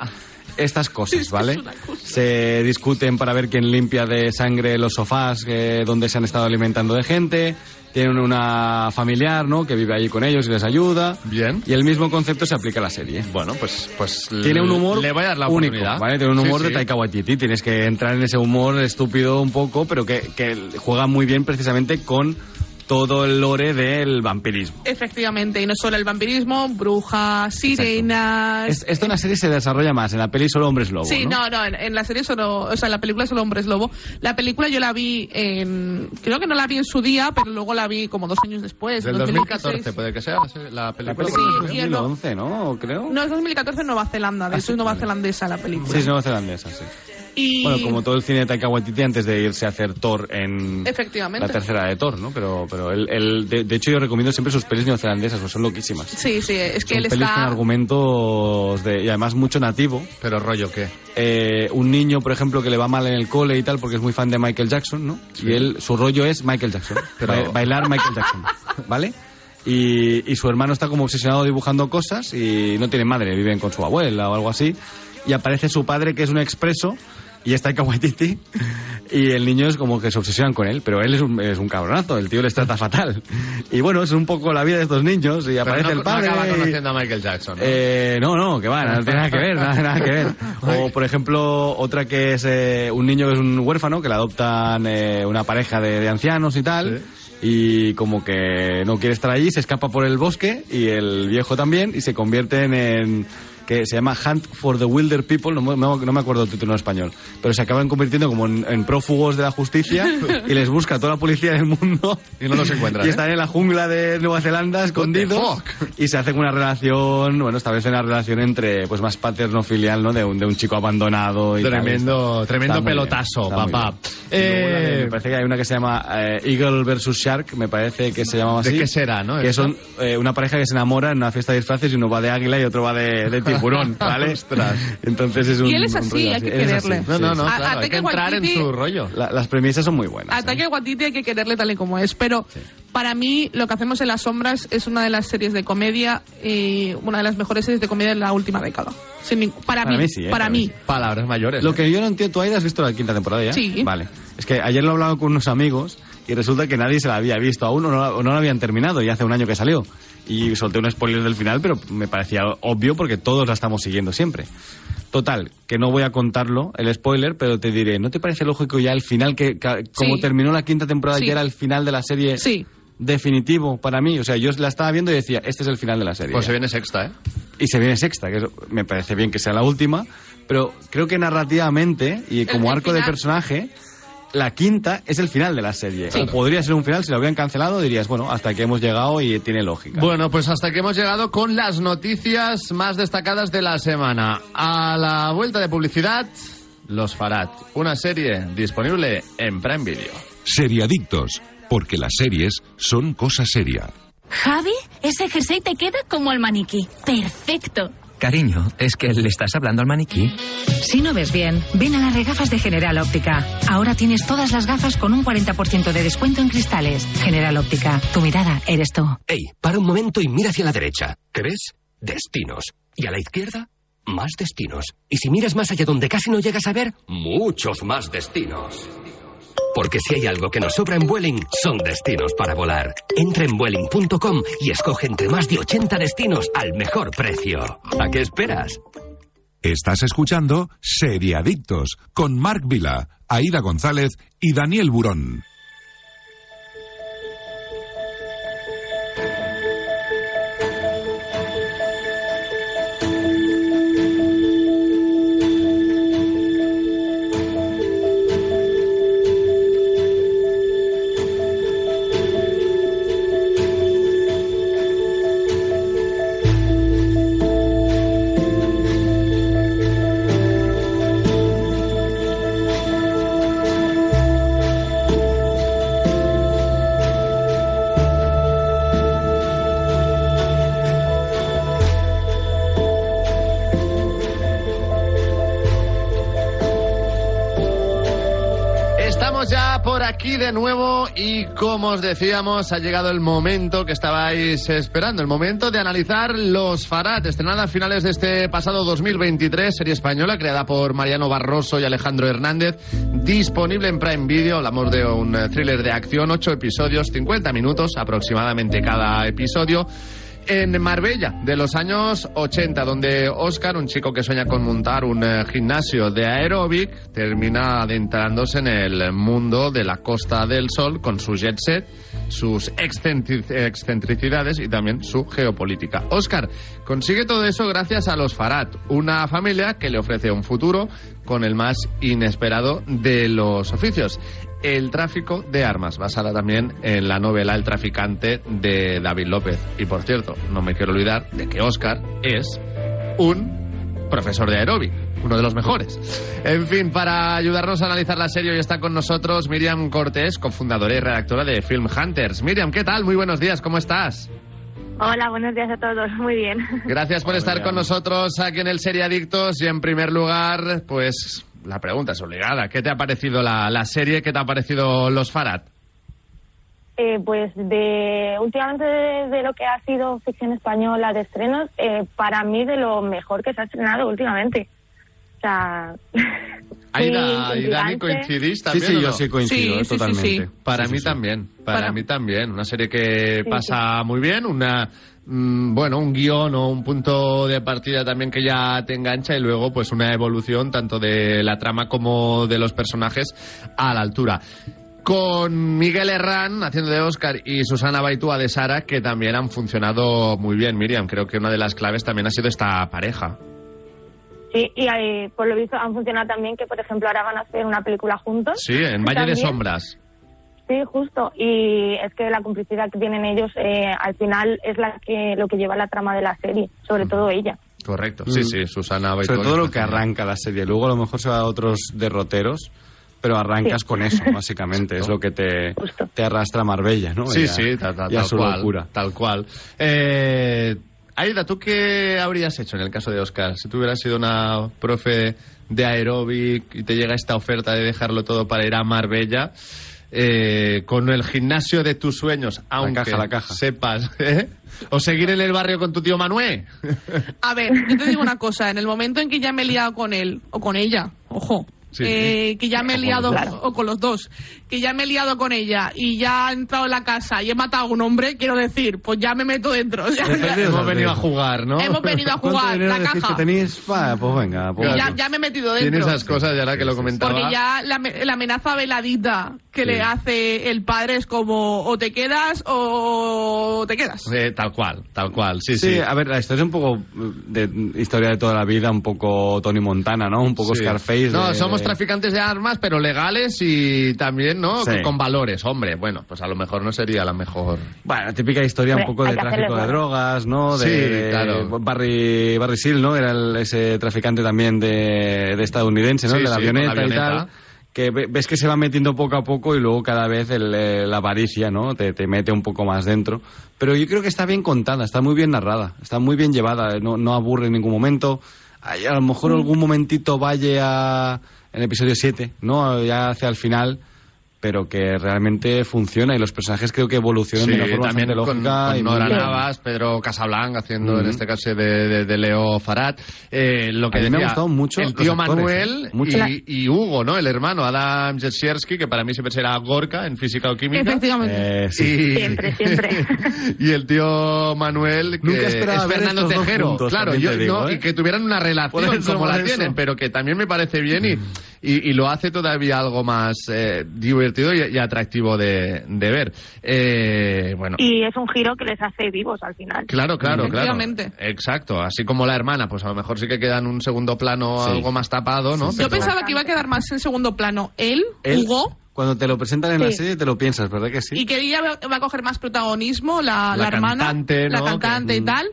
Speaker 4: Estas cosas, ¿vale? Se discuten para ver quién limpia de sangre los sofás eh, donde se han estado alimentando de gente. Tienen una familiar, ¿no? Que vive allí con ellos y les ayuda.
Speaker 2: Bien.
Speaker 4: Y el mismo concepto se aplica a la serie.
Speaker 2: Bueno, pues, pues
Speaker 4: Tiene un humor
Speaker 2: le voy a dar la
Speaker 4: único,
Speaker 2: oportunidad.
Speaker 4: ¿vale? Tiene un humor
Speaker 2: Sí,
Speaker 4: de
Speaker 2: sí.
Speaker 4: Taika Waititi. Tienes que entrar en ese humor estúpido un poco, pero que, que juega muy bien precisamente con todo el lore del vampirismo.
Speaker 3: Efectivamente, y no solo el vampirismo, brujas, sirenas.
Speaker 4: Es- esto en la serie se desarrolla más, en la peli solo hombres lobo.
Speaker 3: Sí, no, no, en, en la serie solo, o sea, en la película solo hombres lobo. La película yo la vi en, creo que no la vi en su día, pero luego la vi como dos años después.
Speaker 2: Del 2014,
Speaker 3: 2016.
Speaker 4: pues.
Speaker 2: puede que sea la se- la
Speaker 4: La
Speaker 2: película.
Speaker 4: peli
Speaker 3: Sí,
Speaker 4: es
Speaker 3: y
Speaker 4: de
Speaker 3: el-
Speaker 4: 2011, ¿no? Creo.
Speaker 3: No, es 2014 en Nueva Zelanda, de hecho es neozelandesa la película.
Speaker 4: Ah, Sí, es neozelandesa, sí.
Speaker 3: Y
Speaker 4: Bueno, como todo el cine de Taika Waititi antes de irse a hacer Thor en
Speaker 3: Efectivamente.
Speaker 4: la tercera de Thor, ¿no? Pero, pero él, él- de, de hecho yo recomiendo siempre sus pelis neozelandesas, pues son loquísimas.
Speaker 3: Sí, sí, es que
Speaker 4: Son
Speaker 3: él
Speaker 4: pelis con
Speaker 3: está...
Speaker 4: argumentos de, y además mucho nativo.
Speaker 2: Pero rollo qué.
Speaker 4: Eh, un niño, por ejemplo, que le va mal en el cole y tal porque es muy fan de Michael Jackson, ¿no? Y él, su rollo es Michael Jackson,
Speaker 2: Pero-
Speaker 4: ba- bailar Michael Jackson, ¿vale? Y, y su hermano está como obsesionado dibujando cosas y no tiene madre, viven con su abuela o algo así. Y aparece su padre que es un expreso y está en Kawaititi y el niño es como que se obsesionan con él, pero él es un, es un cabronazo, el tío les trata fatal. Y bueno, es un poco la vida de estos niños y
Speaker 2: Pero
Speaker 4: aparece
Speaker 2: no-
Speaker 4: el padre.
Speaker 2: No acaba
Speaker 4: y-
Speaker 2: conociendo a Michael Jackson. ¿no?
Speaker 4: eh, no, no, que va, no tiene nada que ver, nada, nada que ver. O, por ejemplo, otra que es eh, un niño que es un huérfano, que le adoptan eh, una pareja de, de ancianos y tal, y como que no quiere estar allí, se escapa por el bosque, y el viejo también, y se convierten en que se llama Hunt for the Wilder People, no, me- no me- no me acuerdo el título en español, pero se acaban convirtiendo como en, en prófugos de la justicia y les busca toda la policía del mundo
Speaker 2: Y no los encuentran,
Speaker 4: Y
Speaker 2: ¿eh?
Speaker 4: están en la jungla de Nueva Zelanda escondidos
Speaker 2: fuck?
Speaker 4: y se hace una relación, bueno, establece una relación entre, pues más paterno filial, ¿no? De un, de un chico abandonado y tal.
Speaker 2: Tremendo,
Speaker 4: Está
Speaker 2: tremendo
Speaker 4: muy bien,
Speaker 2: pelotazo,
Speaker 4: está muy
Speaker 2: papá.
Speaker 4: bien.
Speaker 2: Eh,
Speaker 4: Y luego la de- me parece que hay una que se llama eh, Eagle versus Shark, me parece que se llama
Speaker 2: ¿De
Speaker 4: así.
Speaker 2: qué será, no?
Speaker 4: Que
Speaker 2: Esto.
Speaker 4: son eh, una pareja que se enamora en una fiesta de disfraces y uno va de águila y otro va de, de tiburón, ¿vale?
Speaker 2: Ostras.
Speaker 4: Entonces es un
Speaker 3: Y él es
Speaker 4: un
Speaker 3: así,
Speaker 4: rollo
Speaker 3: hay que
Speaker 4: Él es así,
Speaker 3: quererle.
Speaker 2: No, no,
Speaker 4: sí,
Speaker 2: no,
Speaker 3: A-
Speaker 2: claro, hay
Speaker 3: ataque
Speaker 2: que entrar en
Speaker 3: Waititi-
Speaker 2: su rollo.
Speaker 4: sí. La- las premisas son muy buenas. ¿eh?
Speaker 3: Ataque a Guatiti hay que quererle tal y como es, pero para mí lo que hacemos en Las Sombras es una de las series de comedia y una de las mejores series de comedia de la última década. Sin nin- para,
Speaker 4: Para
Speaker 3: mí,
Speaker 4: mí sí, ¿eh?
Speaker 3: para
Speaker 4: Para mí
Speaker 3: mí.
Speaker 4: sí.
Speaker 2: Palabras mayores.
Speaker 4: Lo
Speaker 2: ¿eh?
Speaker 4: que yo no entiendo, tú Aida has visto la quinta temporada ya.
Speaker 3: Sí.
Speaker 4: Vale. Es que ayer lo he hablado con unos amigos y resulta que nadie se la había visto aún o no la, o no la habían terminado y hace un año que salió. Y solté un spoiler del final, pero me parecía obvio porque todos la estamos siguiendo siempre. Total, que no voy a contarlo, el spoiler, pero te diré, ¿no te parece lógico ya el final que, ca- como
Speaker 3: Sí.
Speaker 4: terminó la quinta temporada
Speaker 3: Sí.
Speaker 4: ya era el final de la serie
Speaker 3: Sí.
Speaker 4: definitivo para mí? O sea, yo la estaba viendo y decía, este es el final de la serie.
Speaker 2: Pues se viene sexta, ¿eh?
Speaker 4: Y se viene sexta, que eso me parece bien que sea la última, pero creo que narrativamente y como
Speaker 3: el
Speaker 4: arco de
Speaker 3: final-
Speaker 4: personaje, la quinta es el final de la serie. O podría ser un final, si lo hubieran cancelado dirías, bueno, hasta que hemos llegado y tiene lógica.
Speaker 2: Bueno, pues hasta que hemos llegado con las noticias más destacadas de la semana. A la vuelta de publicidad, Los Farad, una serie disponible en Prime Video.
Speaker 1: Seriadictos, porque las series son cosa seria.
Speaker 6: Javi, ese jersey te queda como el maniquí. Perfecto.
Speaker 7: Cariño, es que le estás hablando al maniquí.
Speaker 8: Si no ves bien, ven a las regafas de General Óptica. Ahora tienes todas las gafas con un 40% de descuento en cristales. General Óptica, tu mirada eres tú.
Speaker 5: Ey, para un momento y mira hacia la derecha. ¿Crees? Destinos. Y a la izquierda, más destinos. Y si miras más allá donde casi no llegas a ver, muchos más destinos. Porque si hay algo que nos sobra en Vueling, son destinos para volar. Entra en Vueling.com y escoge entre más de 80 destinos al mejor precio. ¿A qué esperas?
Speaker 1: Estás escuchando Seriadictos con Marc Vila, Aida González y Daniel Burón.
Speaker 2: Estamos ya por aquí de nuevo y como os decíamos, ha llegado el momento que estabais esperando, el momento de analizar Los Farad, estrenada a finales de este pasado 2023, serie española creada por Mariano Barroso y Alejandro Hernández, disponible en Prime Video, hablamos de un eh, thriller de acción, 8 episodios, 50 minutos aproximadamente cada episodio. en Marbella de los años 80, donde Oscar, un chico que sueña con montar un eh, gimnasio de aeróbic, termina adentrándose en el mundo de la Costa del Sol con su jet set, sus excentri- excentricidades y también su geopolítica. Oscar consigue todo eso gracias a los Farad, una familia que le ofrece un futuro con el más inesperado de los oficios. El tráfico de armas, basada también en la novela El traficante de David López. Y por cierto, no me quiero olvidar de que Oscar es un profesor de aeróbic, uno de los mejores. En fin, para ayudarnos a analizar la serie hoy está con nosotros Miriam Cortés, cofundadora y redactora de Film Hunters. Miriam, ¿qué tal? Muy buenos días, ¿cómo estás?
Speaker 9: Hola, buenos días a todos. Muy bien.
Speaker 2: Gracias por estar con nosotros aquí en el Serie Adictos. Y en primer lugar, pues la pregunta es obligada. ¿Qué te ha parecido la, la serie? ¿Qué te ha parecido Los Farad?
Speaker 9: Eh, pues de últimamente de, de lo que ha sido ficción española de estrenos, eh, para mí de lo mejor que se ha estrenado últimamente. O sea,
Speaker 2: Aida
Speaker 9: muy
Speaker 2: y Dani
Speaker 9: intrigante.
Speaker 2: coincidís
Speaker 4: Sí,
Speaker 2: también.
Speaker 4: sí,
Speaker 2: o
Speaker 4: yo
Speaker 2: no?
Speaker 4: sí coincido
Speaker 3: Sí, sí, sí,
Speaker 4: totalmente.
Speaker 3: sí.
Speaker 2: Para
Speaker 4: Sí, sí,
Speaker 2: mí
Speaker 4: sí.
Speaker 2: también, para,
Speaker 3: Para-
Speaker 2: mí también. Una serie que pasa muy bien, una mm, bueno, un guión o un punto de partida también que ya te engancha y luego pues una evolución tanto de la trama como de los personajes a la altura. Con Miguel Herrán haciendo de Oscar y Susana Baitúa de Sara, que también han funcionado muy bien, Miriam. Creo que una de las claves también ha sido esta pareja.
Speaker 9: sí, y ahí, por lo visto han funcionado también que, por ejemplo, ahora van a hacer una película juntos.
Speaker 2: Sí, en Valle de
Speaker 9: También.
Speaker 2: Sombras.
Speaker 9: Sí, justo. Y es que la complicidad que tienen ellos eh, al final es la que lo que lleva la trama de la serie, sobre todo ella.
Speaker 2: Correcto. Sí,
Speaker 4: Mm.
Speaker 2: sí, Susana Baitúa.
Speaker 4: Sobre todo lo que
Speaker 2: arranca
Speaker 4: arranca la serie. Luego a lo mejor se va a otros derroteros, pero arrancas
Speaker 9: Sí.
Speaker 4: con eso, básicamente. es lo que te,
Speaker 9: Justo.
Speaker 4: te arrastra a Marbella, ¿no?
Speaker 2: Sí,
Speaker 4: Ya-
Speaker 2: sí, ta- ta- tal,
Speaker 4: ya su
Speaker 2: cual.
Speaker 4: locura.
Speaker 2: Tal cual. Eh, Aida, ¿tú qué habrías hecho en el caso de Oscar? Si tú hubieras sido una profe de aeróbic y te llega esta oferta de dejarlo todo para ir a Marbella, eh, con el gimnasio de tus sueños, aunque
Speaker 4: caja, la caja.
Speaker 2: sepas, ¿eh? o seguir en el barrio con tu tío Manuel.
Speaker 3: A ver, yo te digo una cosa, en el momento en que ya me he liado con él, o con ella, ojo,
Speaker 2: Sí.
Speaker 3: eh, que ya me he
Speaker 2: Ojo,
Speaker 3: liado,
Speaker 2: claro.
Speaker 3: o con los dos, que ya me he liado con ella y ya he entrado en la casa y he matado a un hombre, quiero decir, pues ya me meto dentro. o sea,
Speaker 4: Depende
Speaker 2: Hemos
Speaker 4: de-
Speaker 2: venido a jugar, ¿no?
Speaker 3: hemos venido a
Speaker 4: ¿Cuánto
Speaker 3: jugar,
Speaker 4: dinero
Speaker 3: la
Speaker 4: decís que
Speaker 3: caja.
Speaker 4: tenéis? Va, pues venga. pues
Speaker 3: Y
Speaker 2: Claro.
Speaker 3: ya,
Speaker 4: vamos.
Speaker 3: ya me he metido
Speaker 2: Tiene
Speaker 3: dentro.
Speaker 2: esas cosas, y ahora que lo comentaba.
Speaker 3: Porque ya la, me- la amenaza veladita que
Speaker 4: Sí.
Speaker 3: le hace el padre es como o te quedas o te quedas.
Speaker 2: Eh, tal cual, tal cual, sí, sí.
Speaker 4: Sí, a ver, la historia es un poco eh, de historia de toda la vida, un poco Tony Montana, ¿no? Un poco
Speaker 2: Sí.
Speaker 4: Scarface.
Speaker 2: No,
Speaker 4: de-
Speaker 2: somos
Speaker 4: de-
Speaker 2: traficantes de armas, pero legales y también, ¿no?
Speaker 4: Sí.
Speaker 2: Con valores, hombre. Bueno, pues a lo mejor no sería la mejor.
Speaker 4: Bueno, típica historia un
Speaker 9: Hombre,
Speaker 4: poco de
Speaker 9: hay que
Speaker 4: tráfico
Speaker 9: hacerle
Speaker 4: de
Speaker 9: juego.
Speaker 4: drogas, ¿no? De,
Speaker 2: Sí,
Speaker 4: de-
Speaker 2: claro.
Speaker 4: Barry, Barry Seal, ¿no? Era el- ese traficante también de, de estadounidense, ¿no?
Speaker 2: Sí,
Speaker 4: de la
Speaker 2: sí, con la
Speaker 4: avioneta, y
Speaker 2: avioneta.
Speaker 4: tal. Que ve- ves que se va metiendo poco a poco y luego cada vez el, eh, la avaricia, ¿no? Te, te mete un poco más dentro. Pero yo creo que está bien contada, está muy bien narrada, está muy bien llevada, no, no aburre en ningún momento. Ay, a lo
Speaker 9: Mm.
Speaker 4: mejor algún momentito vaya en el episodio 7, ¿no? Ya hacia el final pero que realmente funciona y los personajes creo que evolucionan
Speaker 2: Sí,
Speaker 4: de una forma
Speaker 2: también
Speaker 4: bastante
Speaker 2: con,
Speaker 4: lógica
Speaker 2: con
Speaker 4: y muy
Speaker 2: Nora
Speaker 4: bien.
Speaker 2: Navas, Pedro Casablanca haciendo
Speaker 4: Ujú.
Speaker 2: en este caso de, de- de Leo Farad. Eh, lo que
Speaker 4: A mí me ha
Speaker 2: decía,
Speaker 4: gustado mucho
Speaker 2: el
Speaker 4: los
Speaker 2: tío
Speaker 4: actores,
Speaker 2: Manuel
Speaker 4: ¿eh? Mucho.
Speaker 2: y, y Hugo, ¿no? El hermano Adam Jezierski, que para mí siempre será Gorka en física o química.
Speaker 3: Efectivamente.
Speaker 4: Eh, sí.
Speaker 2: Y-
Speaker 9: Siempre, siempre.
Speaker 2: y el tío Manuel, que
Speaker 4: Nunca
Speaker 2: es
Speaker 4: esperaba ver
Speaker 2: Fernando
Speaker 4: estos dos
Speaker 2: Tejero.
Speaker 4: juntos,
Speaker 2: claro,
Speaker 4: también
Speaker 2: yo,
Speaker 4: te digo,
Speaker 2: no,
Speaker 4: ¿eh?
Speaker 2: y que tuvieran una relación
Speaker 4: Por eso,
Speaker 2: como la
Speaker 4: por eso.
Speaker 2: tienen, pero que también me parece bien y, y, y lo hace todavía algo más eh, divertido y, y atractivo de, de ver. Eh, bueno.
Speaker 9: Y es un giro que les hace vivos al final.
Speaker 2: Claro, claro, claro.
Speaker 3: Efectivamente.
Speaker 2: Exacto. Así como la hermana, pues a lo mejor sí que queda en un segundo plano
Speaker 4: Sí.
Speaker 2: algo más tapado, ¿no?
Speaker 3: Yo
Speaker 2: Pero-
Speaker 3: pensaba que iba a quedar más en segundo plano él,
Speaker 4: Él,
Speaker 3: Hugo,
Speaker 4: Cuando te lo presentan en la
Speaker 9: Sí.
Speaker 4: serie te lo piensas, ¿verdad que sí?
Speaker 3: y que ella va- va a coger más protagonismo, la,
Speaker 2: La
Speaker 3: la hermana,
Speaker 2: cantante, ¿no?
Speaker 3: la cantante
Speaker 2: Que- mm.
Speaker 3: y tal.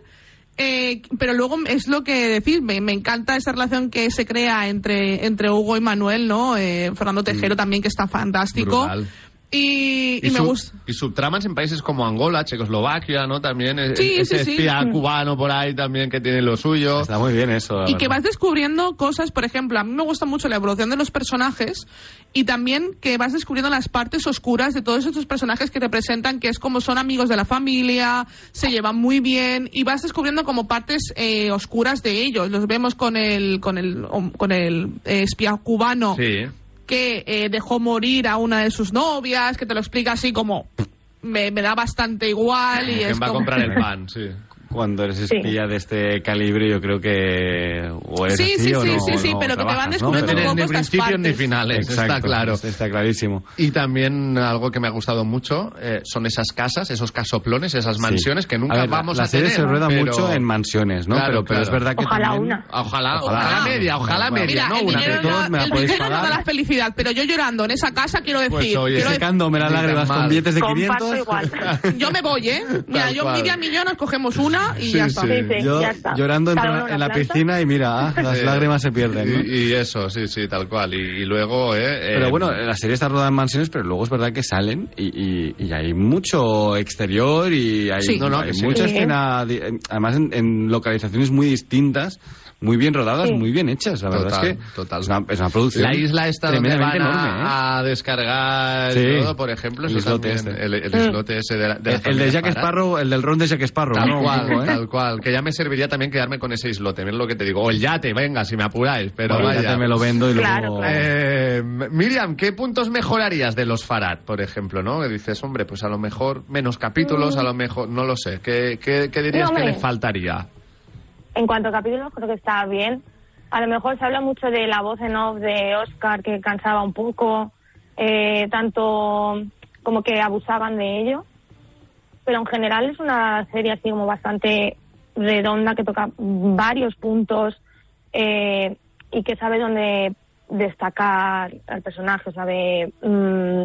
Speaker 3: Eh, pero luego es lo que decís, me, me encanta esa relación que se crea entre, entre Hugo y Manuel, ¿no? Eh, Fernando Tejero también, que está fantástico.
Speaker 2: Mm. Brutal.
Speaker 3: Y, y me
Speaker 2: sub-
Speaker 3: gusta.
Speaker 2: y subtramas en países como Angola, Checoslovaquia, ¿no? También e-
Speaker 3: Sí,
Speaker 2: ese
Speaker 3: sí, sí.
Speaker 2: espía cubano por ahí también que tiene lo suyo.
Speaker 4: Está muy bien eso. la
Speaker 3: Y que
Speaker 4: verdad.
Speaker 3: vas descubriendo cosas, por ejemplo, a mí me gusta mucho la evolución de los personajes y también que vas descubriendo las partes oscuras de todos estos personajes que te presentan, que es como son amigos de la familia, se llevan muy bien y vas descubriendo como partes eh, oscuras de ellos. Los vemos con el, con el, con el eh, espía cubano
Speaker 2: Sí.
Speaker 3: que eh, dejó morir a una de sus novias, que te lo explica así como... "Pff, Me, me da bastante igual y
Speaker 2: ¿Quién
Speaker 3: es
Speaker 2: va a
Speaker 3: como-
Speaker 2: comprar el pan? Sí.
Speaker 4: cuando eres
Speaker 9: Sí.
Speaker 4: espía de este calibre, yo creo que o eres
Speaker 3: sí,
Speaker 4: así
Speaker 3: sí,
Speaker 4: o no-
Speaker 3: sí, sí, sí,
Speaker 4: no
Speaker 3: pero que te van
Speaker 4: trabajas, ¿no?
Speaker 2: No
Speaker 3: descubriendo
Speaker 4: Pero-
Speaker 3: un
Speaker 2: tienes
Speaker 3: poco
Speaker 2: ni
Speaker 3: estas
Speaker 2: principios ni
Speaker 3: partes.
Speaker 2: finales, está
Speaker 4: Exacto,
Speaker 2: claro.
Speaker 4: Está clarísimo.
Speaker 2: Y también algo que me ha gustado mucho eh, son esas casas, esos casoplones, esas mansiones
Speaker 4: Sí.
Speaker 2: que nunca
Speaker 4: ver, la-
Speaker 2: vamos
Speaker 4: la
Speaker 2: a
Speaker 4: serie
Speaker 2: tener.
Speaker 4: se rueda
Speaker 2: pero-
Speaker 4: mucho en mansiones, ¿no?
Speaker 2: Claro,
Speaker 4: pero, pero
Speaker 2: claro.
Speaker 4: es verdad que
Speaker 9: Ojalá
Speaker 4: también-
Speaker 9: una.
Speaker 2: Ojalá,
Speaker 4: Ojalá.
Speaker 2: ojalá, media, ojalá
Speaker 4: Bueno,
Speaker 2: media,
Speaker 3: Mira,
Speaker 2: no
Speaker 3: Ah. el
Speaker 2: una.
Speaker 4: de
Speaker 3: dinero,
Speaker 4: todos
Speaker 3: no,
Speaker 4: me la
Speaker 3: el
Speaker 4: podéis
Speaker 3: dinero no da
Speaker 4: pagar.
Speaker 3: la felicidad, pero yo llorando en esa casa quiero decir,
Speaker 2: Pues, oye,
Speaker 3: quiero decir,
Speaker 4: secándome las
Speaker 2: Ni tan
Speaker 4: lágrimas
Speaker 2: mal.
Speaker 4: con billetes de
Speaker 9: Comparto
Speaker 4: 500.
Speaker 9: igual.
Speaker 3: yo me voy, ¿eh? Mira,
Speaker 2: Tal
Speaker 3: yo
Speaker 2: cual.
Speaker 3: media millón, nos cogemos una
Speaker 2: Sí,
Speaker 3: y ya está.
Speaker 2: sí.
Speaker 9: Sí, sí,
Speaker 4: Yo
Speaker 9: ya está.
Speaker 4: llorando en,
Speaker 9: Cada
Speaker 4: una-
Speaker 9: uno una
Speaker 4: en la
Speaker 9: planta.
Speaker 4: piscina y mira, ah, las
Speaker 2: Eh,
Speaker 4: lágrimas se pierden. ¿no?
Speaker 2: Y, eh, y eso, sí, sí, tal cual. Y, y luego, eh, eh,
Speaker 4: Pero bueno, la serie está rodada en mansiones, pero luego es verdad que salen y, y- y hay mucho exterior y hay,
Speaker 3: Sí.
Speaker 4: no, no,
Speaker 2: Sí.
Speaker 4: hay mucha
Speaker 9: Sí.
Speaker 4: escena, di- en- además en, en localizaciones muy distintas, muy bien rodadas,
Speaker 9: Sí.
Speaker 4: muy bien hechas. La verdad
Speaker 2: Total,
Speaker 4: es que
Speaker 2: total.
Speaker 4: Es, una, es una producción.
Speaker 2: la isla está donde van
Speaker 4: tremendamente
Speaker 2: a,
Speaker 4: enorme. ¿eh?
Speaker 2: a descargar
Speaker 4: Sí.
Speaker 2: todo, por ejemplo,
Speaker 4: El
Speaker 2: eso
Speaker 4: islote
Speaker 2: también,
Speaker 4: este.
Speaker 2: el, el islote ese de la, de la
Speaker 4: el, el de
Speaker 2: familia
Speaker 4: Jack
Speaker 2: Farrar.
Speaker 4: Sparrow, el del ron de Jack Sparrow.
Speaker 2: Tal
Speaker 4: ¿no? Un
Speaker 2: cual,
Speaker 4: poco, ¿eh?
Speaker 2: tal cual. Que ya me serviría también quedarme con ese islote. Mira lo que te digo. O el yate, venga, si me apuráis. Pero
Speaker 4: Bueno, ya
Speaker 2: vaya.
Speaker 4: te me lo vendo y
Speaker 9: Claro,
Speaker 4: luego...
Speaker 9: claro.
Speaker 2: Eh, Miriam, ¿qué puntos mejorarías de los Farad, por ejemplo? ¿no? Que dices, hombre, pues a lo mejor menos capítulos, a lo mejor, no lo sé. ¿Qué, qué- qué dirías
Speaker 9: No,
Speaker 2: que le
Speaker 9: hombre.
Speaker 2: faltaría?
Speaker 9: En cuanto a capítulos, creo que está bien. A lo mejor se habla mucho de la voz en off de Oscar, que cansaba un poco, eh, tanto como que abusaban de ello. Pero en general es una serie así como bastante redonda, que toca varios puntos eh, y que sabe dónde destacar al personaje, sabe mm,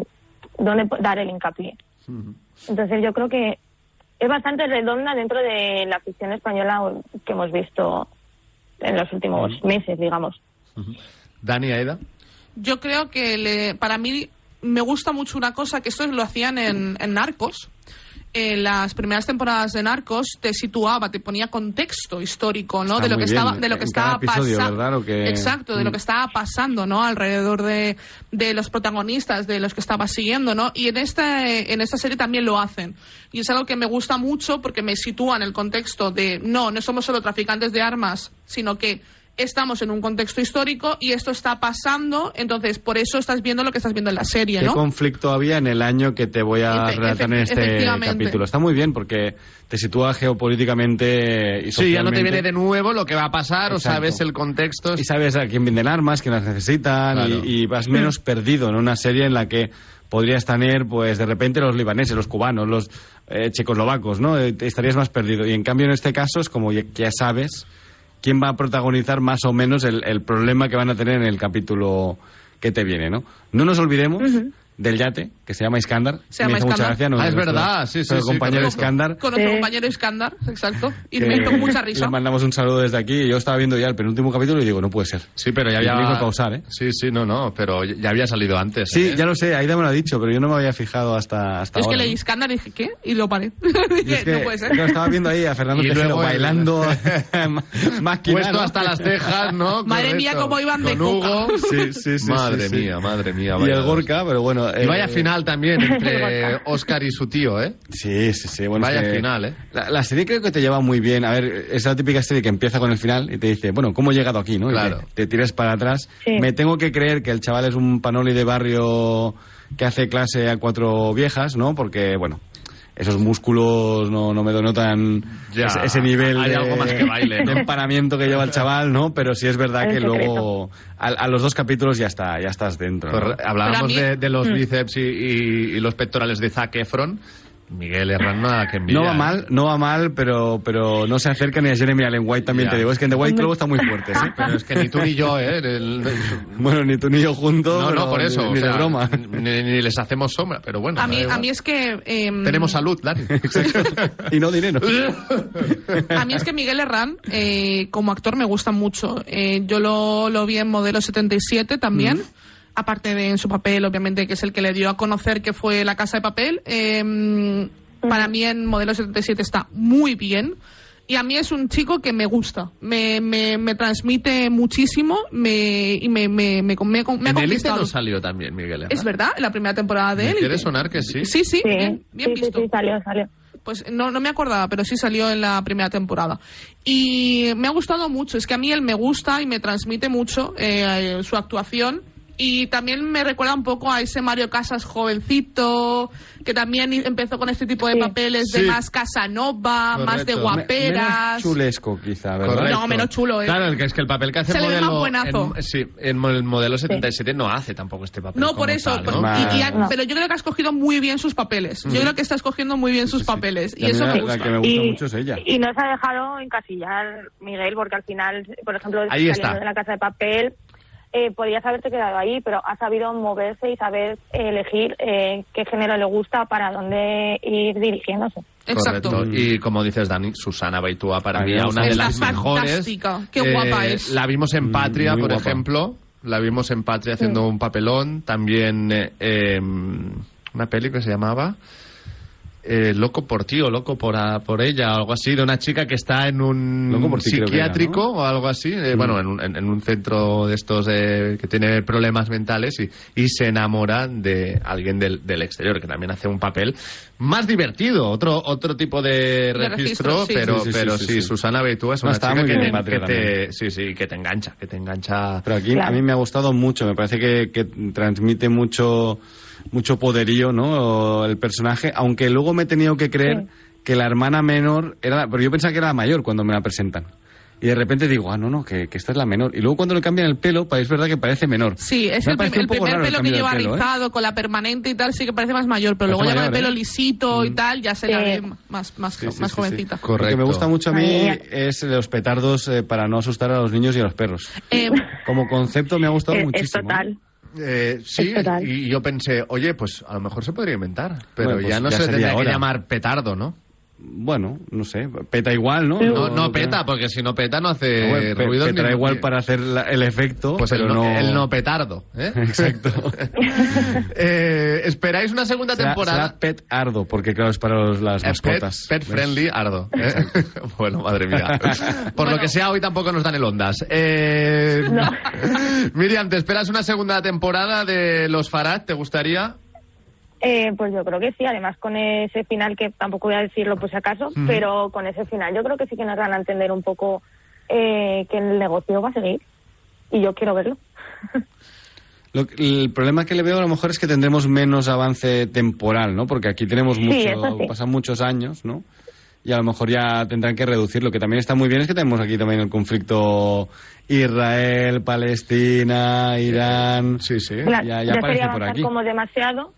Speaker 9: dónde dar el hincapié. Entonces yo creo que es bastante redonda dentro de la ficción española que hemos visto en los últimos meses, digamos.
Speaker 2: Dani, Aida.
Speaker 3: Yo creo que le- para mí me gusta mucho una cosa, que esto lo hacían en, en Narcos. En las primeras temporadas de Narcos te situaba, te ponía contexto histórico, ¿no?
Speaker 4: Está
Speaker 3: de lo que
Speaker 4: muy bien.
Speaker 3: estaba, de lo que
Speaker 4: En
Speaker 3: estaba
Speaker 4: cada episodio, ¿verdad?
Speaker 3: pasando.
Speaker 4: Lo que-
Speaker 3: Exacto, de lo
Speaker 4: Mm.
Speaker 3: que estaba pasando, ¿no? Alrededor de, de los protagonistas, de los que estaba siguiendo, ¿no? Y en esta, en esta serie también lo hacen. Y es algo que me gusta mucho porque me sitúa en el contexto de, no, no somos solo traficantes de armas, sino que estamos en un contexto histórico y esto está pasando, entonces por eso estás viendo lo que estás viendo en la serie,
Speaker 4: ¿Qué
Speaker 3: ¿no?
Speaker 4: conflicto había en el año que te voy a
Speaker 3: Efe-
Speaker 4: relatar en
Speaker 3: efecti-
Speaker 4: este
Speaker 3: efectivamente.
Speaker 4: capítulo? Está muy bien porque te sitúa geopolíticamente y socialmente.
Speaker 2: Sí, ya no te viene de nuevo lo que va a pasar, o
Speaker 4: Exacto.
Speaker 2: sabes el contexto.
Speaker 4: Y sabes a quién venden armas, quién las necesitan
Speaker 2: Claro.
Speaker 4: y, y vas menos perdido en una serie en la que podrías tener, pues de repente, los libaneses, los cubanos, los eh, checoslovacos, ¿no? Eh, te- Estarías más perdido. Y en cambio, en este caso, es como ya, que ya sabes quién va a protagonizar más o menos el, el problema que van a tener en el capítulo que te viene, ¿no? No nos olvidemos del yate, que se llama Iskandar.
Speaker 3: Se llama
Speaker 4: Me hizo mucha
Speaker 3: Iskandar.
Speaker 4: gracia, ¿no?
Speaker 2: Ah, es
Speaker 4: Nuestro-
Speaker 2: verdad, sí, sí,
Speaker 4: nuestro
Speaker 2: sí,
Speaker 4: compañero
Speaker 2: correcto.
Speaker 4: Iskandar
Speaker 3: Con otro
Speaker 9: Sí.
Speaker 3: compañero Escándar, exacto. Y
Speaker 4: que
Speaker 3: me hizo mucha risa.
Speaker 4: Le mandamos un saludo desde aquí. Yo estaba viendo ya el penúltimo capítulo y digo, no puede ser.
Speaker 2: Sí, pero ya
Speaker 4: Y
Speaker 2: había.
Speaker 4: riesgo causar, ¿eh?
Speaker 2: Sí, sí, no, no, pero ya había salido antes.
Speaker 4: Sí,
Speaker 2: ¿eh?
Speaker 4: ya lo sé, Aida me lo ha dicho, pero yo no me había fijado hasta,
Speaker 3: Yo
Speaker 4: hasta
Speaker 3: es que
Speaker 4: ahora.
Speaker 3: leí
Speaker 4: ¿no?
Speaker 3: Escándar y dije, ¿qué? Y lo paré.
Speaker 4: Y
Speaker 3: Dije,
Speaker 4: es que
Speaker 3: no puede ser.
Speaker 4: yo estaba viendo ahí a Fernando
Speaker 2: Y
Speaker 4: Tejero
Speaker 2: luego el-
Speaker 4: bailando máquina,
Speaker 2: Puesto
Speaker 4: ¿no?
Speaker 2: hasta las cejas, ¿no?
Speaker 3: Madre mía,
Speaker 2: Correcto.
Speaker 3: cómo iban de
Speaker 2: Con Hugo.
Speaker 3: coca.
Speaker 4: Sí, sí, sí.
Speaker 2: madre
Speaker 4: sí, sí.
Speaker 2: mía, madre mía.
Speaker 4: Y
Speaker 2: vaya
Speaker 4: el
Speaker 2: dos.
Speaker 4: Gorka, pero bueno.
Speaker 2: Y vaya
Speaker 4: eh,
Speaker 2: final también entre
Speaker 9: El
Speaker 2: Oscar y su tío, ¿eh?
Speaker 4: Sí, sí, sí. Bueno, es
Speaker 2: Vaya
Speaker 4: que
Speaker 2: final, ¿eh?
Speaker 4: La, la serie creo que te lleva muy bien. A ver, es la típica serie que empieza con el final y te dice, bueno, ¿cómo he llegado aquí? ¿no? Y
Speaker 2: Claro.
Speaker 4: Te, te tiras para atrás.
Speaker 9: Sí.
Speaker 4: Me tengo que creer que el chaval es un panoli de barrio que hace clase a cuatro viejas, ¿no? Porque, bueno, esos músculos no, no me denotan
Speaker 2: Ya,
Speaker 4: ese, ese nivel
Speaker 2: hay
Speaker 4: de,
Speaker 2: algo más que baile, ¿no?
Speaker 4: de empanamiento que lleva el chaval, ¿no? Pero sí es verdad
Speaker 9: En
Speaker 4: que
Speaker 9: secreto.
Speaker 4: luego a, a los dos capítulos ya está, ya estás dentro. ¿no?
Speaker 2: Pues re- hablábamos
Speaker 3: Pero a mí-
Speaker 2: de,
Speaker 3: Mm.
Speaker 2: de los bíceps y, y- y los pectorales de Zac Efron. Miguel Herrán, nada que envidia.
Speaker 4: No va
Speaker 2: ¿eh?
Speaker 4: mal, no va mal, pero, pero no se acerca ni a Jeremy Allen White, también
Speaker 2: Ya.
Speaker 4: te digo. Es que en The White Club está muy fuerte, ¿sí?
Speaker 2: Ah, Pero es que ni tú ni yo, ¿eh? El-
Speaker 4: Bueno, ni tú ni yo juntos.
Speaker 2: no, no,
Speaker 4: pero
Speaker 2: por eso.
Speaker 4: Ni,
Speaker 2: o
Speaker 4: ni
Speaker 2: sea,
Speaker 4: de broma.
Speaker 2: Ni, ni les hacemos sombra, pero bueno.
Speaker 3: A
Speaker 2: da
Speaker 3: mí, a
Speaker 2: igual.
Speaker 3: mí es que... em,
Speaker 2: Tenemos salud, Dani.
Speaker 4: y no dinero.
Speaker 3: A mí es que Miguel Herrán, eh, como actor, me gusta mucho. Eh, yo lo, lo vi en Modelo 77 también. Aparte de en su papel, obviamente, que es el que le dio a conocer que fue La Casa de Papel. Eh, para mí en Modelo 77 está muy bien. Y a mí es un chico que me gusta. Me, me, me transmite muchísimo me, y me, me, me, me- me ha
Speaker 2: en Elite
Speaker 3: conquistado.
Speaker 2: no salió también, Miguel Herrán.
Speaker 3: Es verdad, en la primera temporada de
Speaker 2: ¿Me
Speaker 3: él.
Speaker 2: quiere sonar que sí?
Speaker 3: Sí, sí, bien, bien
Speaker 9: sí,
Speaker 3: visto.
Speaker 9: sí, sí, salió, salió.
Speaker 3: Pues no, no me acordaba, pero sí salió en la primera temporada. Y me ha gustado mucho, es que a mí él me gusta y me transmite mucho eh, su actuación. Y también me recuerda un poco a ese Mario Casas jovencito, que también i- empezó con este tipo de
Speaker 9: Sí.
Speaker 3: papeles
Speaker 2: Sí.
Speaker 3: de más casanova, más de
Speaker 2: Correcto. Me-
Speaker 4: Me- menos
Speaker 3: guaperas.
Speaker 4: chulesco, quizá, ¿verdad?
Speaker 3: Correcto. No, menos chulo, ¿eh?
Speaker 2: Claro, el que es que el papel que hace
Speaker 3: Se
Speaker 2: el
Speaker 3: le ve más
Speaker 2: modelo.
Speaker 3: buenazo.
Speaker 2: en- sí, en mo- el modelo 77 no hace tampoco este papel.
Speaker 3: No,
Speaker 2: como
Speaker 3: por eso.
Speaker 2: tal,
Speaker 3: por-
Speaker 2: ¿no? Mm.
Speaker 4: Vale.
Speaker 3: y- y ha-
Speaker 9: No.
Speaker 3: Pero yo creo que has cogido muy bien sus papeles. Yo creo que estás cogiendo muy bien sus papeles.
Speaker 4: a
Speaker 3: Y
Speaker 4: mí
Speaker 3: eso
Speaker 4: la,
Speaker 3: me
Speaker 4: la
Speaker 3: gusta.
Speaker 4: que me gusta mucho es ella.
Speaker 9: Y no se ha dejado encasillar Miguel, porque al final, por ejemplo,
Speaker 2: Ahí
Speaker 9: saliendo
Speaker 2: está.
Speaker 9: de la casa de papel, eh, podías haberte quedado ahí, pero ha sabido moverse y saber eh, elegir eh, qué género le gusta para dónde ir dirigiéndose.
Speaker 3: Exacto.
Speaker 2: Correcto. Y como dices, Dani, Susana Baitúa para
Speaker 4: Ay,
Speaker 2: mí era
Speaker 4: Dios.
Speaker 2: una de
Speaker 3: Está
Speaker 2: las mejores. Eh,
Speaker 3: fantástica. Qué guapa es.
Speaker 2: La vimos en Patria,
Speaker 4: muy
Speaker 2: por
Speaker 4: guapa.
Speaker 2: ejemplo. La vimos en Patria haciendo un papelón. También eh, em, una peli que se llamaba eh, Loco por ti o Loco por, a- por ella, o algo así, de una chica que está en un
Speaker 4: Loco por ti, creo que era,
Speaker 2: psiquiátrico o algo así. eh, Bueno, en un, en- en un centro de estos eh, que tiene problemas mentales y, y se enamora de alguien del, del exterior, que también hace un papel más divertido, otro otro tipo de registro,
Speaker 3: registro, sí.
Speaker 2: pero
Speaker 4: Sí, sí, sí,
Speaker 2: pero sí,
Speaker 4: sí, sí.
Speaker 2: Susana Beitúa es
Speaker 4: No,
Speaker 2: una
Speaker 4: estaba
Speaker 2: chica
Speaker 4: muy
Speaker 2: que,
Speaker 4: bien
Speaker 2: te-
Speaker 4: en Patria
Speaker 2: que te, sí, sí, que te engancha, que te engancha.
Speaker 4: Pero aquí a mí me ha gustado mucho, me parece que, que transmite mucho, mucho poderío, ¿no? El personaje, aunque luego me he tenido que creer que la hermana menor era, la- pero yo pensaba que era la mayor cuando me la presentan. Y de repente digo, ah, no, no, que, que esta es la menor. Y luego cuando le cambian el pelo, pa- es verdad que parece menor.
Speaker 3: Sí, es
Speaker 4: Me
Speaker 3: el,
Speaker 4: ha
Speaker 3: prim- el
Speaker 4: parecido un poco
Speaker 3: primer
Speaker 4: raro el
Speaker 3: pelo que
Speaker 4: cambio
Speaker 3: lleva
Speaker 4: del pelo, ¿eh?
Speaker 3: rizado, con la permanente y tal, sí que parece más mayor, pero luego
Speaker 4: Parece
Speaker 3: ya con el
Speaker 4: mayor,
Speaker 3: pelo
Speaker 4: ¿eh?
Speaker 3: lisito y tal, ya se la
Speaker 9: Sí.
Speaker 3: ve más, más,
Speaker 4: Sí, sí,
Speaker 3: más
Speaker 4: sí,
Speaker 3: jovencita.
Speaker 4: sí. Lo que me gusta mucho a mí
Speaker 9: Ay,
Speaker 4: es los petardos eh, para no asustar a los niños y a los perros.
Speaker 3: Eh,
Speaker 4: Como concepto me ha gustado
Speaker 9: Es- es,
Speaker 4: muchísimo.
Speaker 9: total.
Speaker 2: Eh, sí,
Speaker 9: Es total.
Speaker 2: y yo pensé, oye, pues a lo mejor se podría inventar, pero
Speaker 4: Bueno, pues
Speaker 2: ya no
Speaker 4: ya
Speaker 2: se
Speaker 4: sería
Speaker 2: tendría que
Speaker 4: hora.
Speaker 2: llamar petardo, ¿no?
Speaker 4: Bueno, no sé, peta igual, ¿no?
Speaker 2: No, no
Speaker 4: creo.
Speaker 2: peta, porque si no peta no
Speaker 4: Eh,
Speaker 2: hace
Speaker 4: bueno, pe-
Speaker 2: ruido.
Speaker 4: petará
Speaker 2: ni-
Speaker 4: igual para hacer la- el efecto,
Speaker 2: Pues
Speaker 4: pero
Speaker 2: el no,
Speaker 4: no...
Speaker 2: el no petardo. ¿eh?
Speaker 4: Exacto.
Speaker 2: Eh, ¿Esperáis una segunda
Speaker 4: será,
Speaker 2: temporada?
Speaker 4: será pet ardo, porque claro, es para los- las
Speaker 2: Eh, pet,
Speaker 4: mascotas.
Speaker 2: pet
Speaker 4: ¿Ves?
Speaker 2: friendly, ardo. ¿eh? bueno, madre mía. Por lo
Speaker 3: Bueno.
Speaker 2: que sea, hoy tampoco nos dan el ondas. Eh, Miriam, ¿te esperas una segunda temporada de Los Farad? ¿Te gustaría?
Speaker 9: Eh, pues yo creo que sí, además con ese final que tampoco voy a decirlo por si acaso, pero con ese final yo creo que sí que nos van a entender un poco eh, que el negocio va a seguir y yo quiero verlo.
Speaker 4: Lo que- el problema que le veo a lo mejor es que tendremos menos avance temporal, ¿no? Porque aquí tenemos
Speaker 9: Sí,
Speaker 4: mucho,
Speaker 9: eso sí.
Speaker 4: pasan muchos años, ¿no? Y a lo mejor ya tendrán que reducir. Lo que también está muy bien es que tenemos aquí también el conflicto Israel, Palestina, Irán.
Speaker 2: Sí, sí.
Speaker 9: Claro,
Speaker 4: ya- ya
Speaker 9: sería
Speaker 4: aparece por
Speaker 9: avanzar
Speaker 4: aquí.
Speaker 9: como demasiado,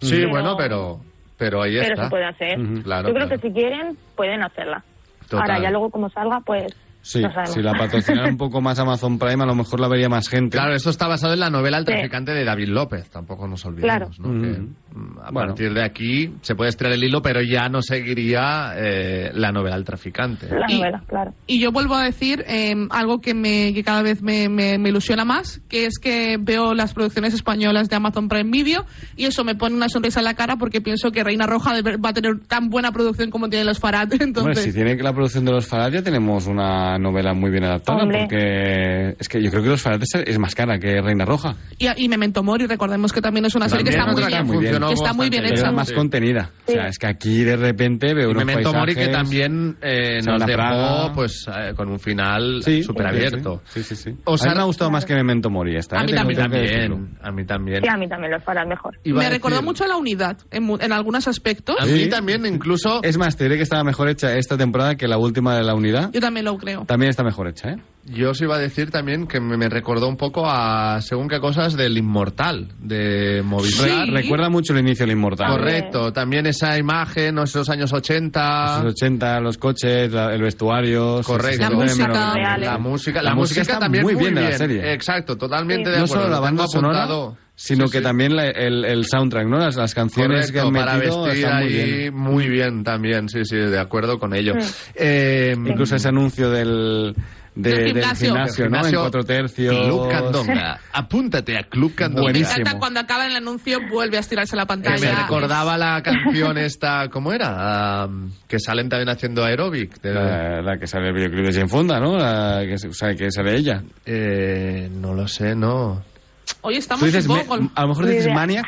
Speaker 2: Sí,
Speaker 9: Pero-
Speaker 2: bueno, pero, pero ahí
Speaker 9: pero
Speaker 2: está.
Speaker 9: se puede hacer.
Speaker 4: Ujú.
Speaker 2: Claro,
Speaker 9: yo creo
Speaker 2: claro.
Speaker 9: que si quieren, pueden hacerla.
Speaker 2: Total.
Speaker 9: Ahora ya luego como salga, pues
Speaker 4: Sí,
Speaker 9: no sabemos.
Speaker 4: si la patrocinara un poco más Amazon Prime, a lo mejor la vería más gente.
Speaker 2: Claro, esto está basado en la novela El
Speaker 9: Sí.
Speaker 2: traficante de David López, tampoco nos olvidemos.
Speaker 4: Claro.
Speaker 2: ¿no? Que,
Speaker 4: Mm.
Speaker 2: mm, a
Speaker 4: Bueno.
Speaker 2: partir de aquí se puede estirar el hilo, pero ya no seguiría eh, la novela El traficante.
Speaker 9: la
Speaker 3: Y-
Speaker 9: novela, claro.
Speaker 3: Y yo vuelvo a decir eh, algo que, me, que cada vez me, me- me ilusiona más, que es que veo las producciones españolas de Amazon Prime Video y eso me pone una sonrisa en la cara porque pienso que Reina Roja de- va a tener tan buena producción como tienen los Farad.
Speaker 4: Bueno,
Speaker 3: Entonces,
Speaker 4: si tiene que la producción de los Farad ya tenemos una novela muy bien adaptada,
Speaker 9: Hombre.
Speaker 4: porque es que yo creo que los Farad es- es más cara que Reina Roja,
Speaker 3: y, y Memento Mori, recordemos que también es una serie que está
Speaker 4: También
Speaker 3: muy
Speaker 4: otra que
Speaker 3: bien.
Speaker 4: funcionó
Speaker 3: que está muy bien
Speaker 4: pero
Speaker 3: hecha.
Speaker 4: es más
Speaker 2: Sí.
Speaker 4: contenida. O sea,
Speaker 9: Sí.
Speaker 4: es que aquí de repente veo
Speaker 2: Y
Speaker 4: unos
Speaker 2: Memento Mori que
Speaker 4: paisajes-
Speaker 2: también eh,
Speaker 4: Santa
Speaker 2: nos dejó
Speaker 4: Praga.
Speaker 2: pues, eh, con un final
Speaker 4: Sí,
Speaker 2: súper abierto.
Speaker 4: Sí, sí, sí. sí.
Speaker 2: Os
Speaker 4: a mí
Speaker 2: han-
Speaker 4: me ha gustado más que Memento Mori esta.
Speaker 3: A
Speaker 4: ¿eh?
Speaker 3: mí
Speaker 4: Tengo-
Speaker 2: A mí
Speaker 4: tengo que decirlo.
Speaker 2: también, a mí también.
Speaker 9: Sí, a mí también los farán mejor.
Speaker 2: Iba a
Speaker 3: Me
Speaker 2: decir-
Speaker 3: recordó mucho a la unidad en, mu- en algunos aspectos.
Speaker 4: Ah.
Speaker 2: A mí también, incluso.
Speaker 4: Es más, te diré que estaba mejor hecha esta temporada que la última de la unidad.
Speaker 3: Yo también lo creo.
Speaker 4: También está mejor hecha, ¿eh?
Speaker 2: Yo os iba a decir también que me me recordó un poco a según qué cosas del Inmortal de Movistar.
Speaker 3: Sí.
Speaker 4: Recuerda mucho el inicio del Inmortal.
Speaker 2: Correcto, también esa imagen, ¿no? esos años 80.
Speaker 4: Los 80, los coches, la- el vestuario. sí, sí,
Speaker 2: Correcto.
Speaker 4: sí,
Speaker 2: La
Speaker 4: sí, también me
Speaker 3: música.
Speaker 4: lo recomiendo.
Speaker 9: Reales.
Speaker 2: La música, la, música, también
Speaker 4: muy bien de la serie.
Speaker 2: Exacto, totalmente de
Speaker 4: no
Speaker 2: acuerdo.
Speaker 4: solo la
Speaker 2: lo
Speaker 4: banda
Speaker 2: tengo
Speaker 4: sonora,
Speaker 2: apuntado.
Speaker 4: sino
Speaker 2: Sí,
Speaker 4: que
Speaker 2: sí.
Speaker 4: también la- el, el soundtrack, ¿no? Las, las canciones
Speaker 2: Correcto,
Speaker 4: que
Speaker 2: para
Speaker 4: han metido
Speaker 2: vestir
Speaker 4: están muy
Speaker 2: ahí
Speaker 4: bien.
Speaker 2: muy bien también, sí, sí, de acuerdo con ello. Eh,
Speaker 4: Incluso ese anuncio del, de-
Speaker 3: Del
Speaker 4: del
Speaker 3: gimnasio.
Speaker 4: gimnasio,
Speaker 2: Del
Speaker 4: ¿no? En
Speaker 2: gimnasio
Speaker 4: cuatro tercios.
Speaker 2: Club Candonga. Apúntate a Club Candonga.
Speaker 3: Me
Speaker 4: Buenísimo.
Speaker 3: encanta cuando acaba el anuncio, vuelve a estirarse la
Speaker 2: Que me
Speaker 3: pantalla.
Speaker 2: recordaba la canción esta, ¿cómo era? Ah, que salen también haciendo aeróbic. de-
Speaker 4: La, la que sale el videoclip de Sin Funda, ¿no? La que, se- o sea, que sale ella.
Speaker 2: eh, no lo sé, no.
Speaker 3: Hoy estamos
Speaker 4: Tú dices,
Speaker 3: un
Speaker 4: me-
Speaker 3: poco.
Speaker 4: a lo mejor dices
Speaker 9: idea.
Speaker 4: Maniac.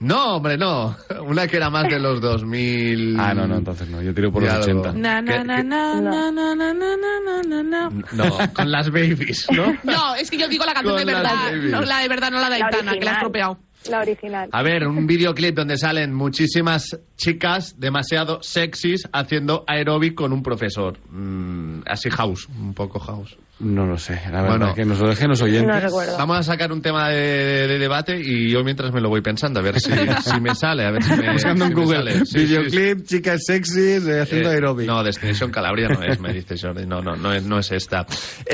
Speaker 2: No, hombre, no. Una que era más de los 2000.
Speaker 4: Ah, no, no, entonces no. Yo tiro por
Speaker 2: Ya
Speaker 4: los
Speaker 2: lo-
Speaker 4: 80.
Speaker 3: Na, na,
Speaker 2: ¿Qué-
Speaker 3: na, na, na, na, na, na, na, na, na.
Speaker 2: No, con las babies, ¿no?
Speaker 3: No, es que yo digo la canción
Speaker 2: Con
Speaker 3: de
Speaker 2: la
Speaker 3: verdad,
Speaker 2: Davis.
Speaker 3: no la de verdad, no la de
Speaker 9: La
Speaker 3: Aitana, que la ha
Speaker 9: original.
Speaker 3: estropeado.
Speaker 9: La original.
Speaker 2: A ver, un videoclip donde salen muchísimas chicas demasiado sexys haciendo aeróbic con un profesor. Mm, así house, un poco house.
Speaker 4: No lo sé. La verdad
Speaker 2: Bueno.
Speaker 4: que nos lo dejen los
Speaker 9: No
Speaker 4: oyentes.
Speaker 9: recuerdo.
Speaker 2: Vamos a sacar un tema de, de debate y yo mientras me lo voy pensando, a ver si, si me sale, a ver si me,
Speaker 4: Buscando en
Speaker 2: si me
Speaker 4: Google.
Speaker 2: sale. Sí, sí, sí.
Speaker 4: Videoclip, chicas sexys eh, haciendo
Speaker 2: Eh,
Speaker 4: aeróbic.
Speaker 2: No, Destination Calabria no es, me dice Jordi. No, no, no es, no es esta.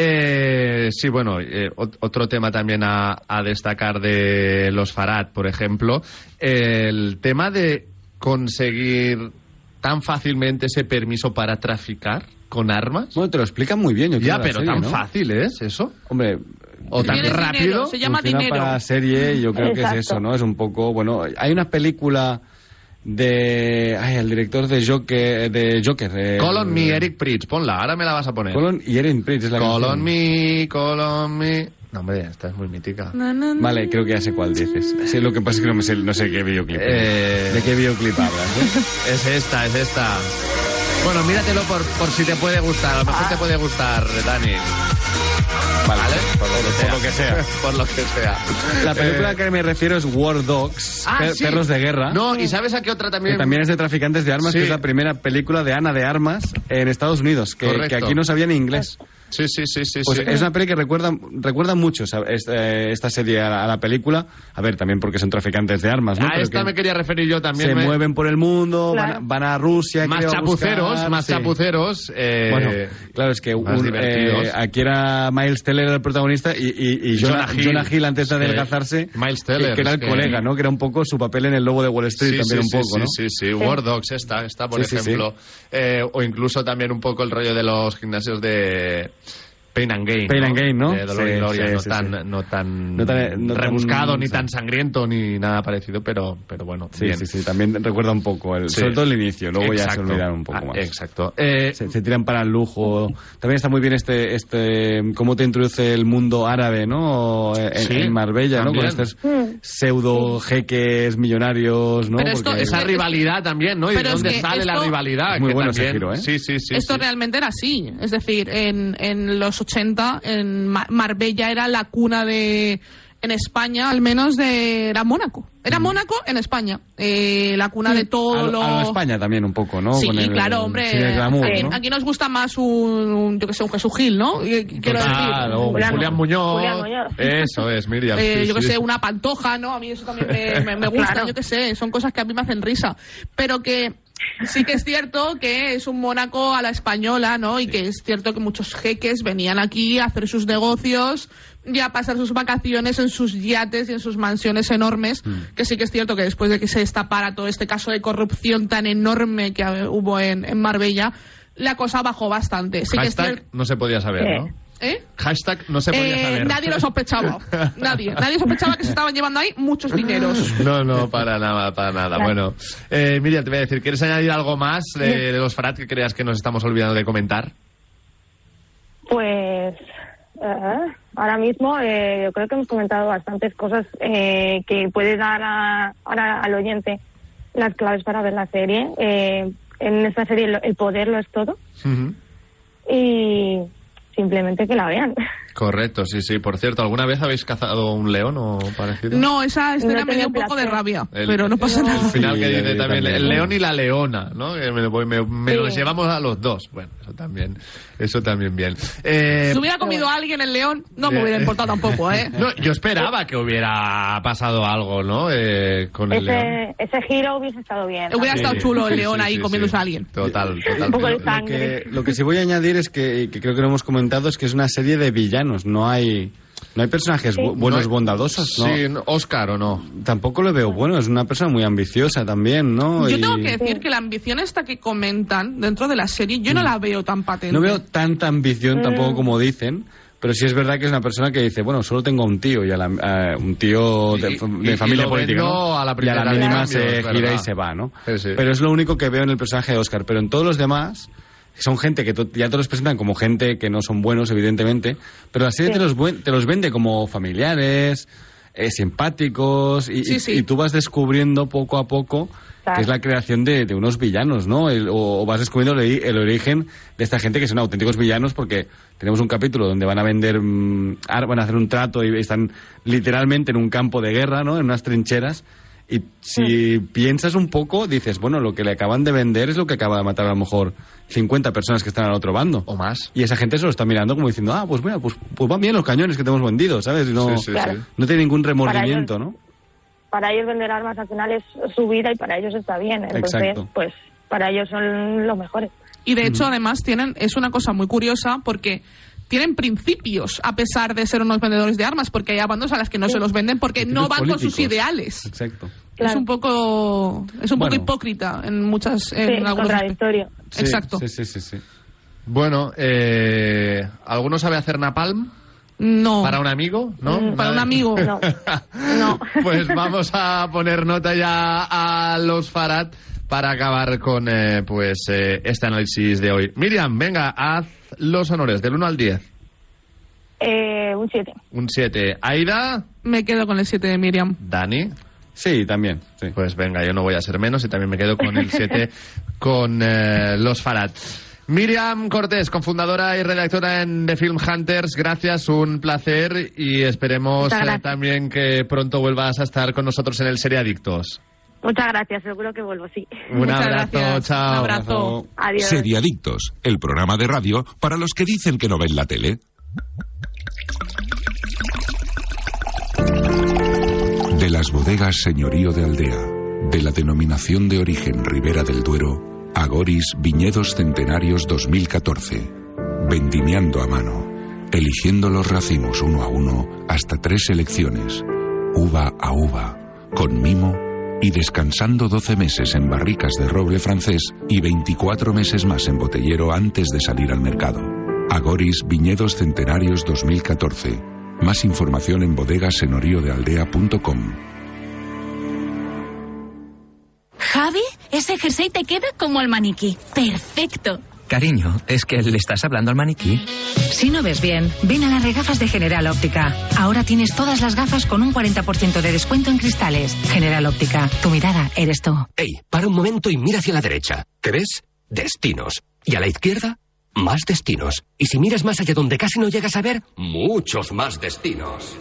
Speaker 2: Eh, sí, bueno, eh, ot- otro tema también a, a destacar de los Farad, por ejemplo, el tema de conseguir tan fácilmente ese permiso para traficar con armas.
Speaker 4: Bueno, te lo explican muy bien. Yo creo,
Speaker 2: Ya,
Speaker 4: la
Speaker 2: pero
Speaker 4: serie,
Speaker 2: tan
Speaker 4: ¿no?
Speaker 2: fácil es eso.
Speaker 4: Hombre,
Speaker 2: O tan
Speaker 3: Tiene dinero,
Speaker 2: rápido.
Speaker 3: se llama
Speaker 4: funciona
Speaker 3: dinero.
Speaker 4: para la serie y yo creo que
Speaker 9: Exacto.
Speaker 4: es eso, ¿no? Es un poco, bueno, hay una película de, ay, el director de Joker, de Joker. eh,
Speaker 2: Colon me, Eric Pritz, ponla, ahora me la vas a poner.
Speaker 4: Colon y Erin Prince es la
Speaker 2: Colon
Speaker 4: canción.
Speaker 2: me, colon me. No, hombre, esta es muy mítica.
Speaker 3: Na, na, na.
Speaker 4: Vale, creo que ya sé cuál dices. Sí, lo que pasa es que no, me sé, no sé qué videoclip.
Speaker 2: Eh,
Speaker 4: ¿De qué videoclip hablas? eh?
Speaker 2: Es esta, es esta. Bueno, míratelo por, por si te puede gustar. A lo mejor te puede gustar, Dani.
Speaker 4: Ah. Vale,
Speaker 2: ¿Vale?
Speaker 4: por lo- por lo que sea.
Speaker 2: por lo que sea.
Speaker 4: La película a
Speaker 2: Eh,
Speaker 4: que me refiero es War Dogs,
Speaker 2: ah,
Speaker 4: per-
Speaker 2: sí.
Speaker 4: Perros de Guerra.
Speaker 2: No, ¿y sabes a qué otra también?
Speaker 4: Que también es de Traficantes de Armas,
Speaker 2: Sí.
Speaker 4: que es la primera película de Ana de Armas en Estados Unidos, que,
Speaker 2: Correcto.
Speaker 4: que aquí no sabía ni inglés.
Speaker 2: Sí, sí, sí, sí.
Speaker 4: Pues
Speaker 2: sí.
Speaker 4: es una peli que recuerda, recuerda mucho ¿sabes? Es- eh, esta serie a la, a la película. A ver, también porque son traficantes de armas, ¿no?
Speaker 2: a
Speaker 4: Pero
Speaker 2: Ah, esta
Speaker 4: que
Speaker 2: me quería referir yo también.
Speaker 4: se
Speaker 2: me-
Speaker 4: mueven por el mundo, van a-
Speaker 9: Claro.
Speaker 4: van, a, Rusia.
Speaker 2: Más
Speaker 4: creo, a
Speaker 2: chapuceros,
Speaker 4: buscar,
Speaker 2: más
Speaker 4: sí.
Speaker 2: chapuceros. eh,
Speaker 4: Bueno, claro, es que
Speaker 2: más
Speaker 4: un-
Speaker 2: divertidos.
Speaker 4: eh, aquí era Miles Teller el protagonista y, y, y
Speaker 2: Jonah
Speaker 4: Jonah,
Speaker 2: Hill.
Speaker 4: Jonah Hill antes de
Speaker 2: Sí.
Speaker 4: adelgazarse,
Speaker 2: Miles Teller,
Speaker 4: que, que era
Speaker 2: es
Speaker 4: el
Speaker 2: que-
Speaker 4: colega, ¿no? Que era un poco su papel en el Lobo de Wall Street
Speaker 2: sí,
Speaker 4: también
Speaker 2: sí, sí,
Speaker 4: un poco,
Speaker 2: sí,
Speaker 4: ¿no?
Speaker 2: Sí, sí, War Dogs está, está por
Speaker 4: Sí, sí, sí.
Speaker 2: ejemplo. Eh, o incluso también un poco el rollo de los gimnasios de Pain and Gain.
Speaker 4: Pain and Gain, ¿no?
Speaker 2: De Dolor y
Speaker 4: Sí,
Speaker 2: Gloria,
Speaker 4: sí,
Speaker 2: no,
Speaker 4: sí,
Speaker 2: tan,
Speaker 4: sí.
Speaker 2: no tan
Speaker 4: No tan- eh, no tan-
Speaker 2: rebuscado, ni
Speaker 4: sí.
Speaker 2: tan sangriento, ni nada parecido, pero, pero bueno,
Speaker 4: Sí,
Speaker 2: bien.
Speaker 4: sí, sí, también recuerda un poco, el,
Speaker 2: Sí.
Speaker 4: sobre todo el inicio, luego ya se
Speaker 2: Exacto.
Speaker 4: olvidaron un poco
Speaker 2: Ah,
Speaker 4: más.
Speaker 2: Exacto. Eh,
Speaker 4: se, se tiran para el lujo. También está muy bien este, este cómo te introduce el mundo árabe, ¿no? O En,
Speaker 2: Sí,
Speaker 4: en Marbella,
Speaker 2: también.
Speaker 4: ¿no? Con estos pseudo jeques millonarios, ¿no?
Speaker 3: Pero esto
Speaker 4: Porque-
Speaker 3: es
Speaker 2: esa
Speaker 3: que-
Speaker 2: rivalidad también, ¿no? ¿Y de
Speaker 3: Pero es
Speaker 2: dónde
Speaker 3: que
Speaker 2: sale la
Speaker 3: esto-
Speaker 2: rivalidad?
Speaker 4: Es muy
Speaker 2: que
Speaker 4: bueno ese
Speaker 2: también,
Speaker 4: giro, ¿eh?
Speaker 2: Sí, sí, sí.
Speaker 3: Esto
Speaker 2: sí.
Speaker 3: realmente era así. Es decir, en, en los 80, en Ma- Marbella era la cuna de. En España, al menos, de, era Mónaco.
Speaker 2: Mm.
Speaker 3: Era Mónaco en España. Eh, la cuna de
Speaker 4: a,
Speaker 3: todo
Speaker 4: lo-
Speaker 3: lo.
Speaker 4: a lo España también un poco, ¿no?
Speaker 3: Sí,
Speaker 4: Con el-
Speaker 3: claro, hombre.
Speaker 4: sí, el glamour,
Speaker 3: aquí,
Speaker 4: ¿no?
Speaker 3: aquí nos gusta más un, un, yo que sé, un Jesús Gil, ¿no? Y- Quiero
Speaker 2: Total,
Speaker 3: decir.
Speaker 2: o
Speaker 9: Julián-
Speaker 2: Julián Muñoz.
Speaker 9: Julián Muñoz.
Speaker 2: Eso es, Miriam.
Speaker 3: Eh,
Speaker 2: sí,
Speaker 3: yo que
Speaker 2: sí.
Speaker 3: sé, una pantoja, ¿no? A mí eso también me, me- me gusta,
Speaker 9: Claro.
Speaker 3: yo que sé, son cosas que a mí me hacen risa. Pero que sí que es cierto que es un Mónaco a la española, ¿no? Y que es cierto que muchos jeques venían aquí a hacer sus negocios y a pasar sus vacaciones en sus yates y en sus mansiones enormes,
Speaker 2: Mm.
Speaker 3: que sí que es cierto que después de que se destapara todo este caso de corrupción tan enorme que eh, hubo en, en Marbella, la cosa bajó bastante. Sí que es
Speaker 2: Hashtag
Speaker 3: cier-
Speaker 2: no se podía saber,
Speaker 9: Sí.
Speaker 2: ¿no?
Speaker 3: ¿Eh?
Speaker 2: Hashtag no se podía
Speaker 3: Eh,
Speaker 2: saber.
Speaker 3: Nadie lo sospechaba. Nadie. Nadie sospechaba que se estaban llevando ahí muchos dineros.
Speaker 2: No, no, para nada, para nada. Bueno, eh, Miriam, te voy a decir, ¿quieres añadir algo más de, de los Farad que creas que nos estamos olvidando de comentar?
Speaker 9: Pues eh, ahora mismo eh, yo creo que hemos comentado bastantes cosas eh, que puede dar a- ahora al oyente las claves para ver la serie. Eh, en esta serie lo- el poder lo es todo y simplemente que la vean.
Speaker 2: Correcto, sí, sí. Por cierto, ¿alguna vez habéis cazado un león o parecido?
Speaker 3: No, esa escena
Speaker 9: No
Speaker 3: me dio
Speaker 9: tenía
Speaker 3: un poco de
Speaker 9: placer.
Speaker 3: rabia,
Speaker 2: El-
Speaker 3: pero no pasa
Speaker 2: Al
Speaker 3: nada.
Speaker 2: final que
Speaker 4: Sí,
Speaker 2: dice
Speaker 4: yo
Speaker 2: también,
Speaker 4: también.
Speaker 2: el león y la leona, ¿no? Que me, lo voy- me- me
Speaker 9: Sí.
Speaker 2: los llevamos a los dos. Bueno, eso también, eso también bien. Eh,
Speaker 3: Si hubiera comido a alguien el león, no me
Speaker 2: Bien.
Speaker 3: hubiera importado tampoco, ¿eh?
Speaker 2: no, yo esperaba que hubiera pasado algo, ¿no? Eh, con el león.
Speaker 9: Ese, ese giro hubiese estado bien.
Speaker 3: Hubiera
Speaker 9: también.
Speaker 3: estado chulo el león
Speaker 2: Sí,
Speaker 3: ahí
Speaker 2: sí,
Speaker 3: comiéndose
Speaker 2: sí.
Speaker 3: a alguien.
Speaker 2: Total, total.
Speaker 9: Un poco de
Speaker 4: Lo
Speaker 9: sangre.
Speaker 4: que, lo que sí voy a añadir es que, que creo que lo hemos comentado es que es una serie de villanos, no hay no hay personajes bu- buenos
Speaker 2: No hay-
Speaker 4: bondadosos, ¿no?
Speaker 2: Sí, Oscar o no.
Speaker 4: Tampoco lo veo bueno, es una persona muy ambiciosa también, ¿no?
Speaker 3: Yo
Speaker 4: Y
Speaker 3: tengo que decir que la ambición esta que comentan dentro de la serie, yo no la veo tan patente.
Speaker 4: no veo tanta ambición
Speaker 3: Mm.
Speaker 4: tampoco como dicen. Pero sí es verdad que es una persona que dice, bueno, solo tengo a un tío, y a la- a un tío de,
Speaker 2: Y-
Speaker 4: fa-
Speaker 2: y-
Speaker 4: de
Speaker 2: y
Speaker 4: familia
Speaker 2: lo
Speaker 4: política,
Speaker 2: vendo
Speaker 4: ¿no?
Speaker 2: a la
Speaker 4: y a
Speaker 2: primera
Speaker 4: la
Speaker 2: de
Speaker 4: mínima
Speaker 2: cambio,
Speaker 4: se
Speaker 2: es
Speaker 4: gira
Speaker 2: verdad.
Speaker 4: y se va, ¿no?
Speaker 2: Sí, sí.
Speaker 4: Pero es lo único que veo en el personaje de Oscar. Pero en todos los demás, son gente que to- ya te los presentan como gente que no son buenos, evidentemente, pero la serie te, los buen- te los vende como familiares, eh, simpáticos y,
Speaker 3: Sí,
Speaker 4: y-
Speaker 3: sí.
Speaker 4: y tú vas descubriendo poco a poco
Speaker 9: Claro.
Speaker 4: que es la creación de, de unos villanos, ¿no? El- o, o vas descubriendo el, el origen de esta gente que son auténticos villanos porque tenemos un capítulo donde van a vender, mm, ar- van a hacer un trato y están literalmente en un campo de guerra, ¿no? En unas trincheras. Y si piensas un poco, dices, bueno, lo que le acaban de vender es lo que acaba de matar a lo mejor 50 personas que están al otro bando.
Speaker 9: Oh.
Speaker 2: O más.
Speaker 4: Y esa gente se lo está mirando como diciendo, ah, pues mira, pues, pues van bien los cañones que te hemos vendido, ¿sabes? Y No,
Speaker 9: sí, Claro. sí.
Speaker 4: no tiene ningún
Speaker 9: ellos-
Speaker 4: remordimiento, ¿no?
Speaker 9: Para ellos vender armas al final es su vida y para ellos está bien. Entonces,
Speaker 4: Exacto.
Speaker 9: pues para ellos son los mejores.
Speaker 3: Y de
Speaker 4: Mm.
Speaker 3: hecho, además, tienen, es una cosa muy curiosa porque tienen principios a pesar de ser unos vendedores de armas, porque hay bandos a las que no se los venden porque no
Speaker 4: Oh. Principios
Speaker 3: van con sus
Speaker 4: políticos.
Speaker 3: ideales.
Speaker 4: Exacto.
Speaker 3: Es
Speaker 9: Claro.
Speaker 3: un poco es un
Speaker 4: Bueno.
Speaker 3: poco hipócrita en muchas en
Speaker 9: Sí,
Speaker 3: algunos aspectos.
Speaker 9: contradictorio.
Speaker 4: Sí,
Speaker 3: Exacto.
Speaker 4: Sí, sí, sí, sí.
Speaker 2: Bueno, eh, ¿alguno sabe hacer napalm?
Speaker 3: No.
Speaker 2: ¿Para un amigo? ¿No?
Speaker 9: Mm,
Speaker 3: para un
Speaker 2: Nadie.
Speaker 3: amigo.
Speaker 9: No, no.
Speaker 2: Pues vamos a poner nota ya a los Farad para acabar con eh, pues eh, este análisis de hoy. Miriam, venga, haz los honores del 1 al 10.
Speaker 9: Eh, un 7.
Speaker 2: Un 7. Aida,
Speaker 3: Me quedo con el 7 de Miriam.
Speaker 2: Dani.
Speaker 4: Sí, también. sí.
Speaker 2: Pues venga, yo no voy a ser menos y también me quedo con el 7 con eh, los Farad. Miriam Cortés, cofundadora y redactora en The Film Hunters, gracias, un placer y esperemos
Speaker 9: Muchas
Speaker 2: eh,
Speaker 9: gracias.
Speaker 2: también que pronto vuelvas a estar con nosotros en el Serie Adictos.
Speaker 9: Muchas gracias, seguro que vuelvo, sí.
Speaker 2: Un
Speaker 3: Muchas
Speaker 2: abrazo,
Speaker 3: gracias.
Speaker 2: chao.
Speaker 3: Un abrazo.
Speaker 9: Adiós.
Speaker 1: Seriadictos, el programa de radio para los que dicen que no ven la tele. De las bodegas Señorío de Aldea, de la denominación de origen Ribera del Duero, Agoris Viñedos Centenarios 2014. Vendimiando a mano, eligiendo los racimos uno a uno hasta tres elecciones, uva a uva, con mimo y descansando 12 meses en barricas de roble francés y 24 meses más en botellero antes de salir al mercado. Agoris Viñedos Centenarios 2014. Más información en bodegasenoriodealdea.com.
Speaker 6: Javi, ese jersey te queda como al maniquí. Perfecto.
Speaker 7: Cariño, es que le estás hablando al maniquí.
Speaker 8: Si no ves bien, ven a las regafas de General Óptica. Ahora tienes todas las gafas con un 40% de descuento en cristales. General Óptica, tu mirada eres tú.
Speaker 5: Ey, para un momento y mira hacia la derecha. ¿Qué ves? Destinos. Y a la izquierda, más destinos. Y si miras más allá donde casi no llegas a ver, muchos más destinos.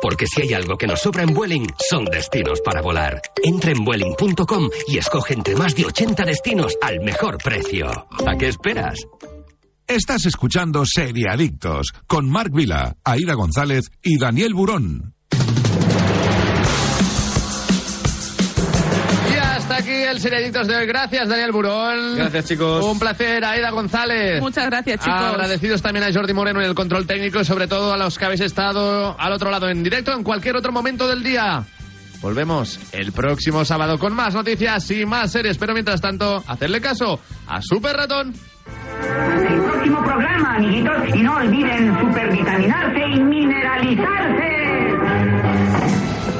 Speaker 5: Porque si hay algo que nos sobra en Vueling, son destinos para volar. Entra en Vueling.com y escoge entre más de 80 destinos al mejor precio. ¿A qué esperas?
Speaker 1: Estás escuchando Serie Adictos con Marc Vila, Aida González y Daniel Burón.
Speaker 2: Y hasta aquí el Seriadictos de hoy. Gracias, Daniel Burón.
Speaker 4: Gracias, chicos.
Speaker 2: Un placer, Aida González.
Speaker 3: Muchas gracias, chicos.
Speaker 4: Ah,
Speaker 2: Agradecidos también a Jordi Moreno en el control técnico y sobre todo a los que habéis estado al otro lado en directo en cualquier otro momento del día. Volvemos el próximo sábado con más noticias y más series, pero mientras tanto, hacerle caso a Super Ratón.
Speaker 10: el próximo programa, amiguitos, y no olviden supervitaminarse y mineralizarse.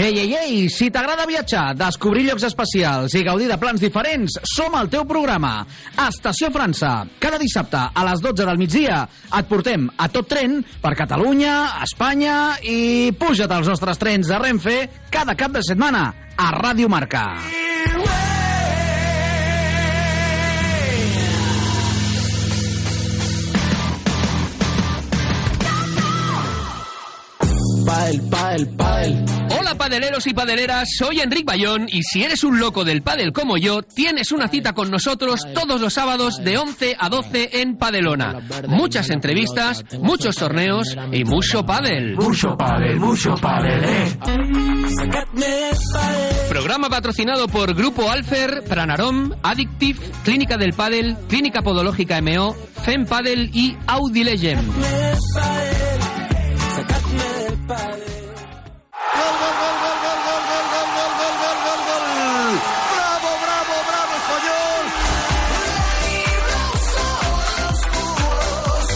Speaker 11: Ei, ei, ei, si t'agrada viatjar, descobrir llocs especials i gaudir de plans diferents, som al teu programa. Estació França. Cada dissabte a les 12 del migdia et portem a tot tren per Catalunya, Espanya i puja't als nostres trens de Renfe cada cap de setmana a Ràdio Marca.
Speaker 5: Hola padeleros y padeleras, soy Enric Bayón y si eres un loco del pádel como yo, tienes una cita con nosotros todos los sábados de 11 a 12 en Padelona. Muchas entrevistas, muchos torneos y mucho pádel. Mucho pádel, mucho pádel. eh. Programa patrocinado por Grupo Alfer, Pranarom, Addictive, Clínica del Pádel, Clínica Podológica MO, FEM Pádel y Audi Legend.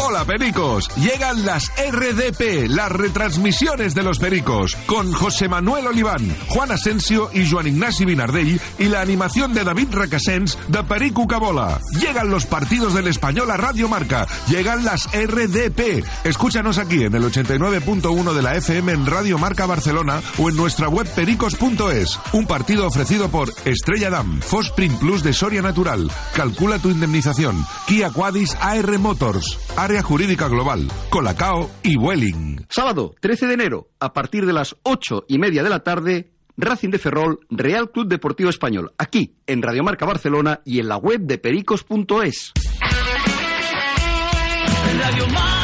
Speaker 1: Hola Pericos, llegan las RDP, las retransmisiones de los Pericos, con José Manuel Oliván, Juan Asensio y Joan Ignasi Vinardell y la animación de David Requesens de Perico Cabola. Llegan los partidos del Español a Radio Marca, llegan las RDP. Escúchanos aquí en el 89.1 de la FM en Radio Marca Barcelona o en nuestra web pericos.es. Un partido ofrecido por Estrella Dam, Fosprin Plus de Soria Natural, Calcula tu indemnización, Kia Quadis AR Motors, Área Jurídica Global, Colacao y Welling.
Speaker 4: Sábado 13 de enero, a partir de las ocho y media de la tarde, Racing de Ferrol, Real Club Deportivo Español, aquí en Radiomarca Barcelona y en la web de pericos.es.
Speaker 12: Radio Mar.